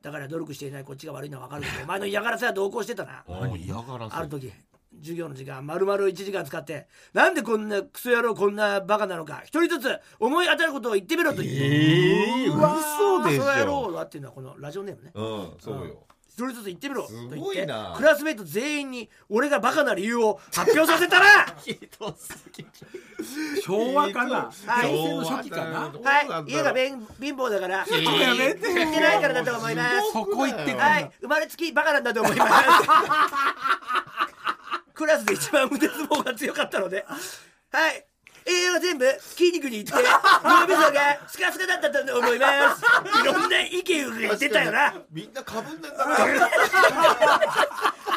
S5: だから努力していないこっちが悪いのは分かるけどお前の嫌がらせは同行してたな
S4: お嫌がらせ
S5: ある時授業の時間丸々1時間使ってなんでこんなクソ野郎こんなバカなのか一人ずつ思い当たることを言ってみろと言って、
S4: ええ嘘でし
S5: クソ野郎
S4: ょ
S5: はっていうのはこのラジオネームね
S4: うんそうよ
S5: 一人ずつ言ってみろと言って
S4: すごいな
S5: クラスメイト全員に俺がバカな理由を発表させた らは
S4: ひどすぎ
S6: 昭和かな
S5: はい
S6: 平成の初期かな
S5: はい家が貧貧乏だから行
S6: やめて
S5: ってないからだと思います
S6: そこ行ってくんだ
S5: はい生まれつきバカなんだと思い ますクラスで一番腕相撲が強かったのではい栄養は全部筋肉にいって脳みそがスカスカだったと思いますいろんな意見が出たよな
S4: みんなかぶんでんだな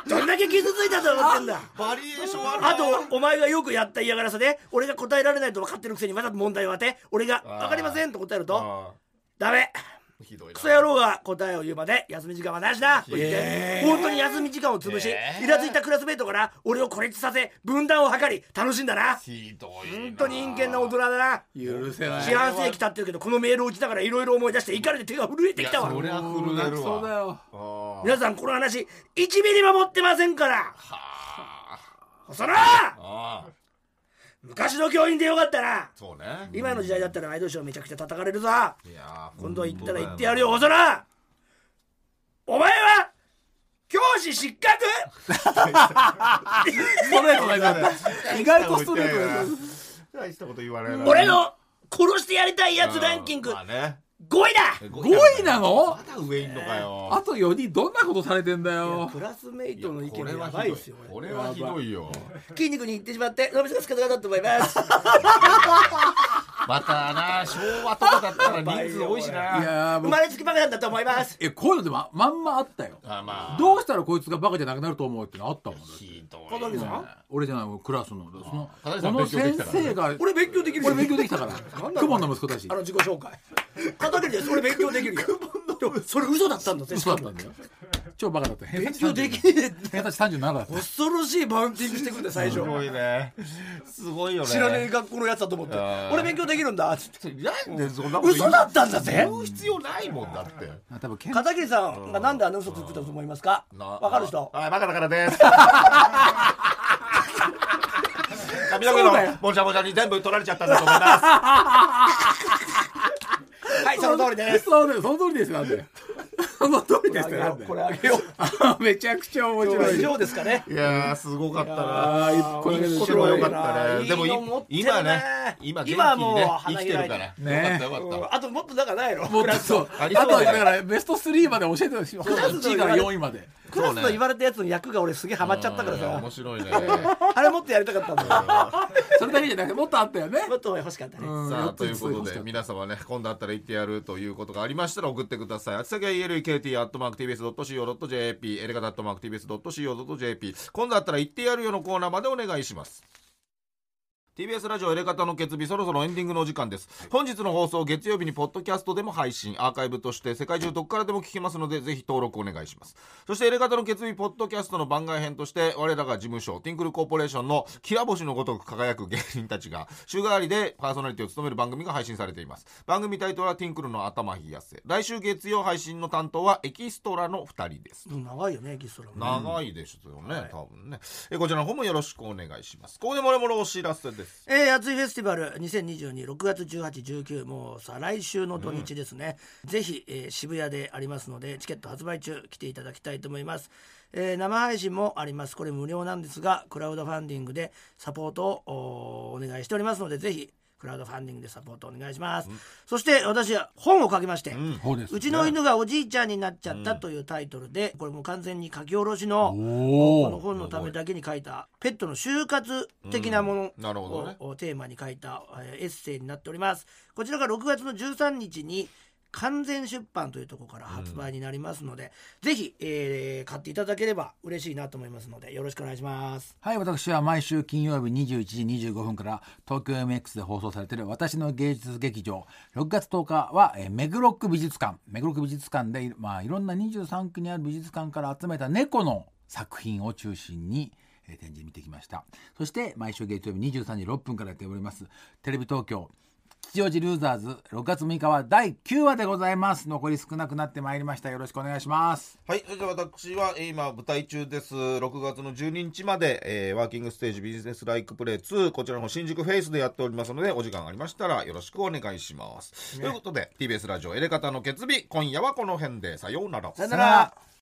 S5: どんだけ傷ついたと思ってんだ
S4: バリエーションあるな
S5: あとお前がよくやった嫌がらせで俺が答えられないと分かってるくせにわざと問題を当て俺が「
S4: あー
S5: 分かりません」と答えると
S4: あ
S5: 「ダメ
S4: ーひどいな
S5: クソ野郎が答えを言うまで休み時間はなしだ」と言って本当に休み時間を潰し
S4: えー
S5: イラついたクラスメートから俺を孤立させ分断を図り楽しんだな
S4: ひどいな
S5: 本当に陰険な大人だな
S6: 許せない
S5: 四半世紀経ってるけどこのメールを打ちながらいろいろ思い出して怒りで手が震えてきたわ
S4: いやそれは
S6: もう
S4: 震え
S6: 泣き
S4: る
S6: そう
S4: わ
S6: だよ
S4: あー
S5: 皆さんこの話1ミリも持ってませんから細野
S4: あー
S5: 昔の教員でよかったな
S4: そうね
S5: 今の時代だったらワイドショーめちゃくちゃ叩かれるぞ
S4: いやー
S5: 今度行ったら言ってやるよ大空お前は教師失格
S6: ストレートだよ意外とストレートだよ
S4: 大したこと言わないな
S5: 俺の殺してやりたいやつランキング
S4: まあね
S5: 5位だ
S6: 5位なの
S4: まだ上いんのか
S6: あ
S4: よ
S6: と4人どんなことされてんだよ
S5: クラスメイトの意
S4: こ
S5: 見
S4: れ
S5: が
S4: は
S5: やばい
S4: ひ
S5: で
S4: ど
S5: す
S4: い
S5: よ
S4: これはひどいよ
S5: 筋肉に行ってしまって伸びしかスカスカだと思います
S4: またな昭和とかだったら人数多いし
S6: い
S4: な
S6: や
S5: 生
S6: ー僕
S5: まれつきバカなんだと思います
S6: えこういうのでままんまあったよ
S4: あまあ
S6: どうしたらこいつがバカじゃなくなると思うってのあったもんだって
S4: ひどいな
S5: 片桐さん
S6: 俺じゃない俺クラスのその
S4: 片桐さ
S6: こ
S4: ん
S6: の
S4: 勉強で
S6: 先
S4: きたからね
S6: 生が
S5: 俺勉強できる
S6: 俺勉強でき たから雲の息子だし
S5: あの自己紹 介片桐です俺勉強できるよでもそれ嘘だったんだぜ
S6: 嘘だったんだよ超バカだった偏
S5: 勉
S6: 差
S5: 強
S6: 値
S5: で
S6: 30
S5: きねえって
S6: 偏差値37だった
S5: 恐ろしいバウンティングしてくんだよ最初
S4: すごいねすごいよね
S5: 知らねえ学校のやつだと思って
S4: あー
S5: 俺勉強できるんだっつって
S4: なんでそんなこと言
S5: 嘘
S4: う
S5: だったんだぜ
S4: 言う必要ないもんだって
S6: あ多分けん
S5: 片桐さんがなんであの嘘ついてたと思いますか
S4: な
S5: わかる人
S4: あバカだからです髪の毛
S6: そうだよ
S4: のもじゃもじゃに全部取られちゃったんだと思います
S5: はいその通りです
S6: そうだよその通りですよな んでその通りです
S5: これ
S6: よ
S5: あげよ
S6: なん
S5: う
S6: で
S5: これあげよう
S6: あ めちゃくちゃ面
S5: 今日は
S6: 白
S5: 以
S6: い
S5: 上ですかね
S4: いやーすごかった
S6: あ
S4: な。
S6: ー一個だけで
S4: 面
S6: 面
S4: 白
S6: 白
S4: い
S6: い
S4: よかったね。
S5: い
S4: で
S5: いの
S4: もい
S5: 持ってるね
S4: 今ね、今元気に
S5: 今はもう
S4: ね生
S5: 花開い
S4: きて
S5: て
S4: るから。
S6: ね
S4: よかったよ
S5: うん
S4: かっ
S5: あともっとだからないの
S6: もっとそう
S4: あ
S6: あ
S4: り
S6: と
S4: そう
S6: だ
S4: だよ
S6: からベスト3まで教えてほしい1位から4位まで
S5: クラスの言われたやつの役が俺すげえハマっちゃったから
S4: た。面
S5: さ
S4: 白いね。
S5: あれもっとやりたかったんだ
S6: それだけじゃなくてもっとあったよね
S5: よもっと欲しかったね
S6: うん
S4: さ
S6: や
S4: あ
S6: っ
S4: ということ
S6: 欲し
S4: で
S6: かった
S4: 皆様ね今度あったら言ってやるということがありましたら送ってください。あつ先は elkt.tbs.co.jp エレガタ .tbs.co.jp 今度あったら言ってやるよのコーナーまでお願いします。TBS ラジオエレガタの決日そろそろエンディングのお時間です、本日の放送月曜日にポッドキャストでも配信アーカイブとして世界中どこからでも聞けますのでぜひ登録お願いしますそしてエレガタの決日ポッドキャストの番外編として我らが事務所ティンクルコーポレーションのきら星のごとく輝く芸人たちが週替わりでパーソナリティを務める番組が配信されています番組タイトルはティンクルの頭冷やせ来週月曜配信の担当はエキストラの2人です
S5: うん長いよねエキストラも
S4: 長いですよね、多分ねえこちらの方もよろしくお願いしますここでもろもろお知らせです
S5: えー、熱いフェスティバル20226月1819もうさ来週の土日ですね、ぜひ、えー渋谷でありますのでチケット発売中来ていただきたいと思います、えー生配信もありますこれ無料なんですがクラウドファンディングでサポートをおーお願いしておりますのでぜひクラウドファンディングでサポートお願いします、そして私は本を書きまして、
S6: そうです
S5: うちの犬がおじいちゃんになっちゃったというタイトルで、これもう完全に書き下ろしのこの本のためだけに書いたペットの就活的なも
S4: うんなる
S5: の
S4: ほどね
S5: ををテーマに書いたえーエッセイになっておりますこちらが6月の13日に完全出版というところから発売になりますので、ぜひ、えー買っていただければ嬉しいなと思いますのでよろしくお願いします。
S6: はい、私は毎週金曜日21時25分から東京 MX で放送されている私の芸術劇場6月10日は、えー目黒区美術館目黒区美術館で、まあ、いろんな23区にある美術館から集めた猫の作品を中心に、えー展示見てきましたそして毎週月曜日23時6分からやっておりますテレビ東京吉祥寺ルーザーズ6月6日は第9話でございます残り少なくなってまいりましたよろしくお願いします
S4: はい、それでは私はえー今舞台中です。6月の12日まで、えーワーキングステージビジネスライクプレイ2、こちらの新宿フェイスでやっておりますので、お時間ありましたらよろしくお願いします。ということで、TBS ラジオエレカタの決日、今夜はこの辺で、さようなら。
S5: さよなら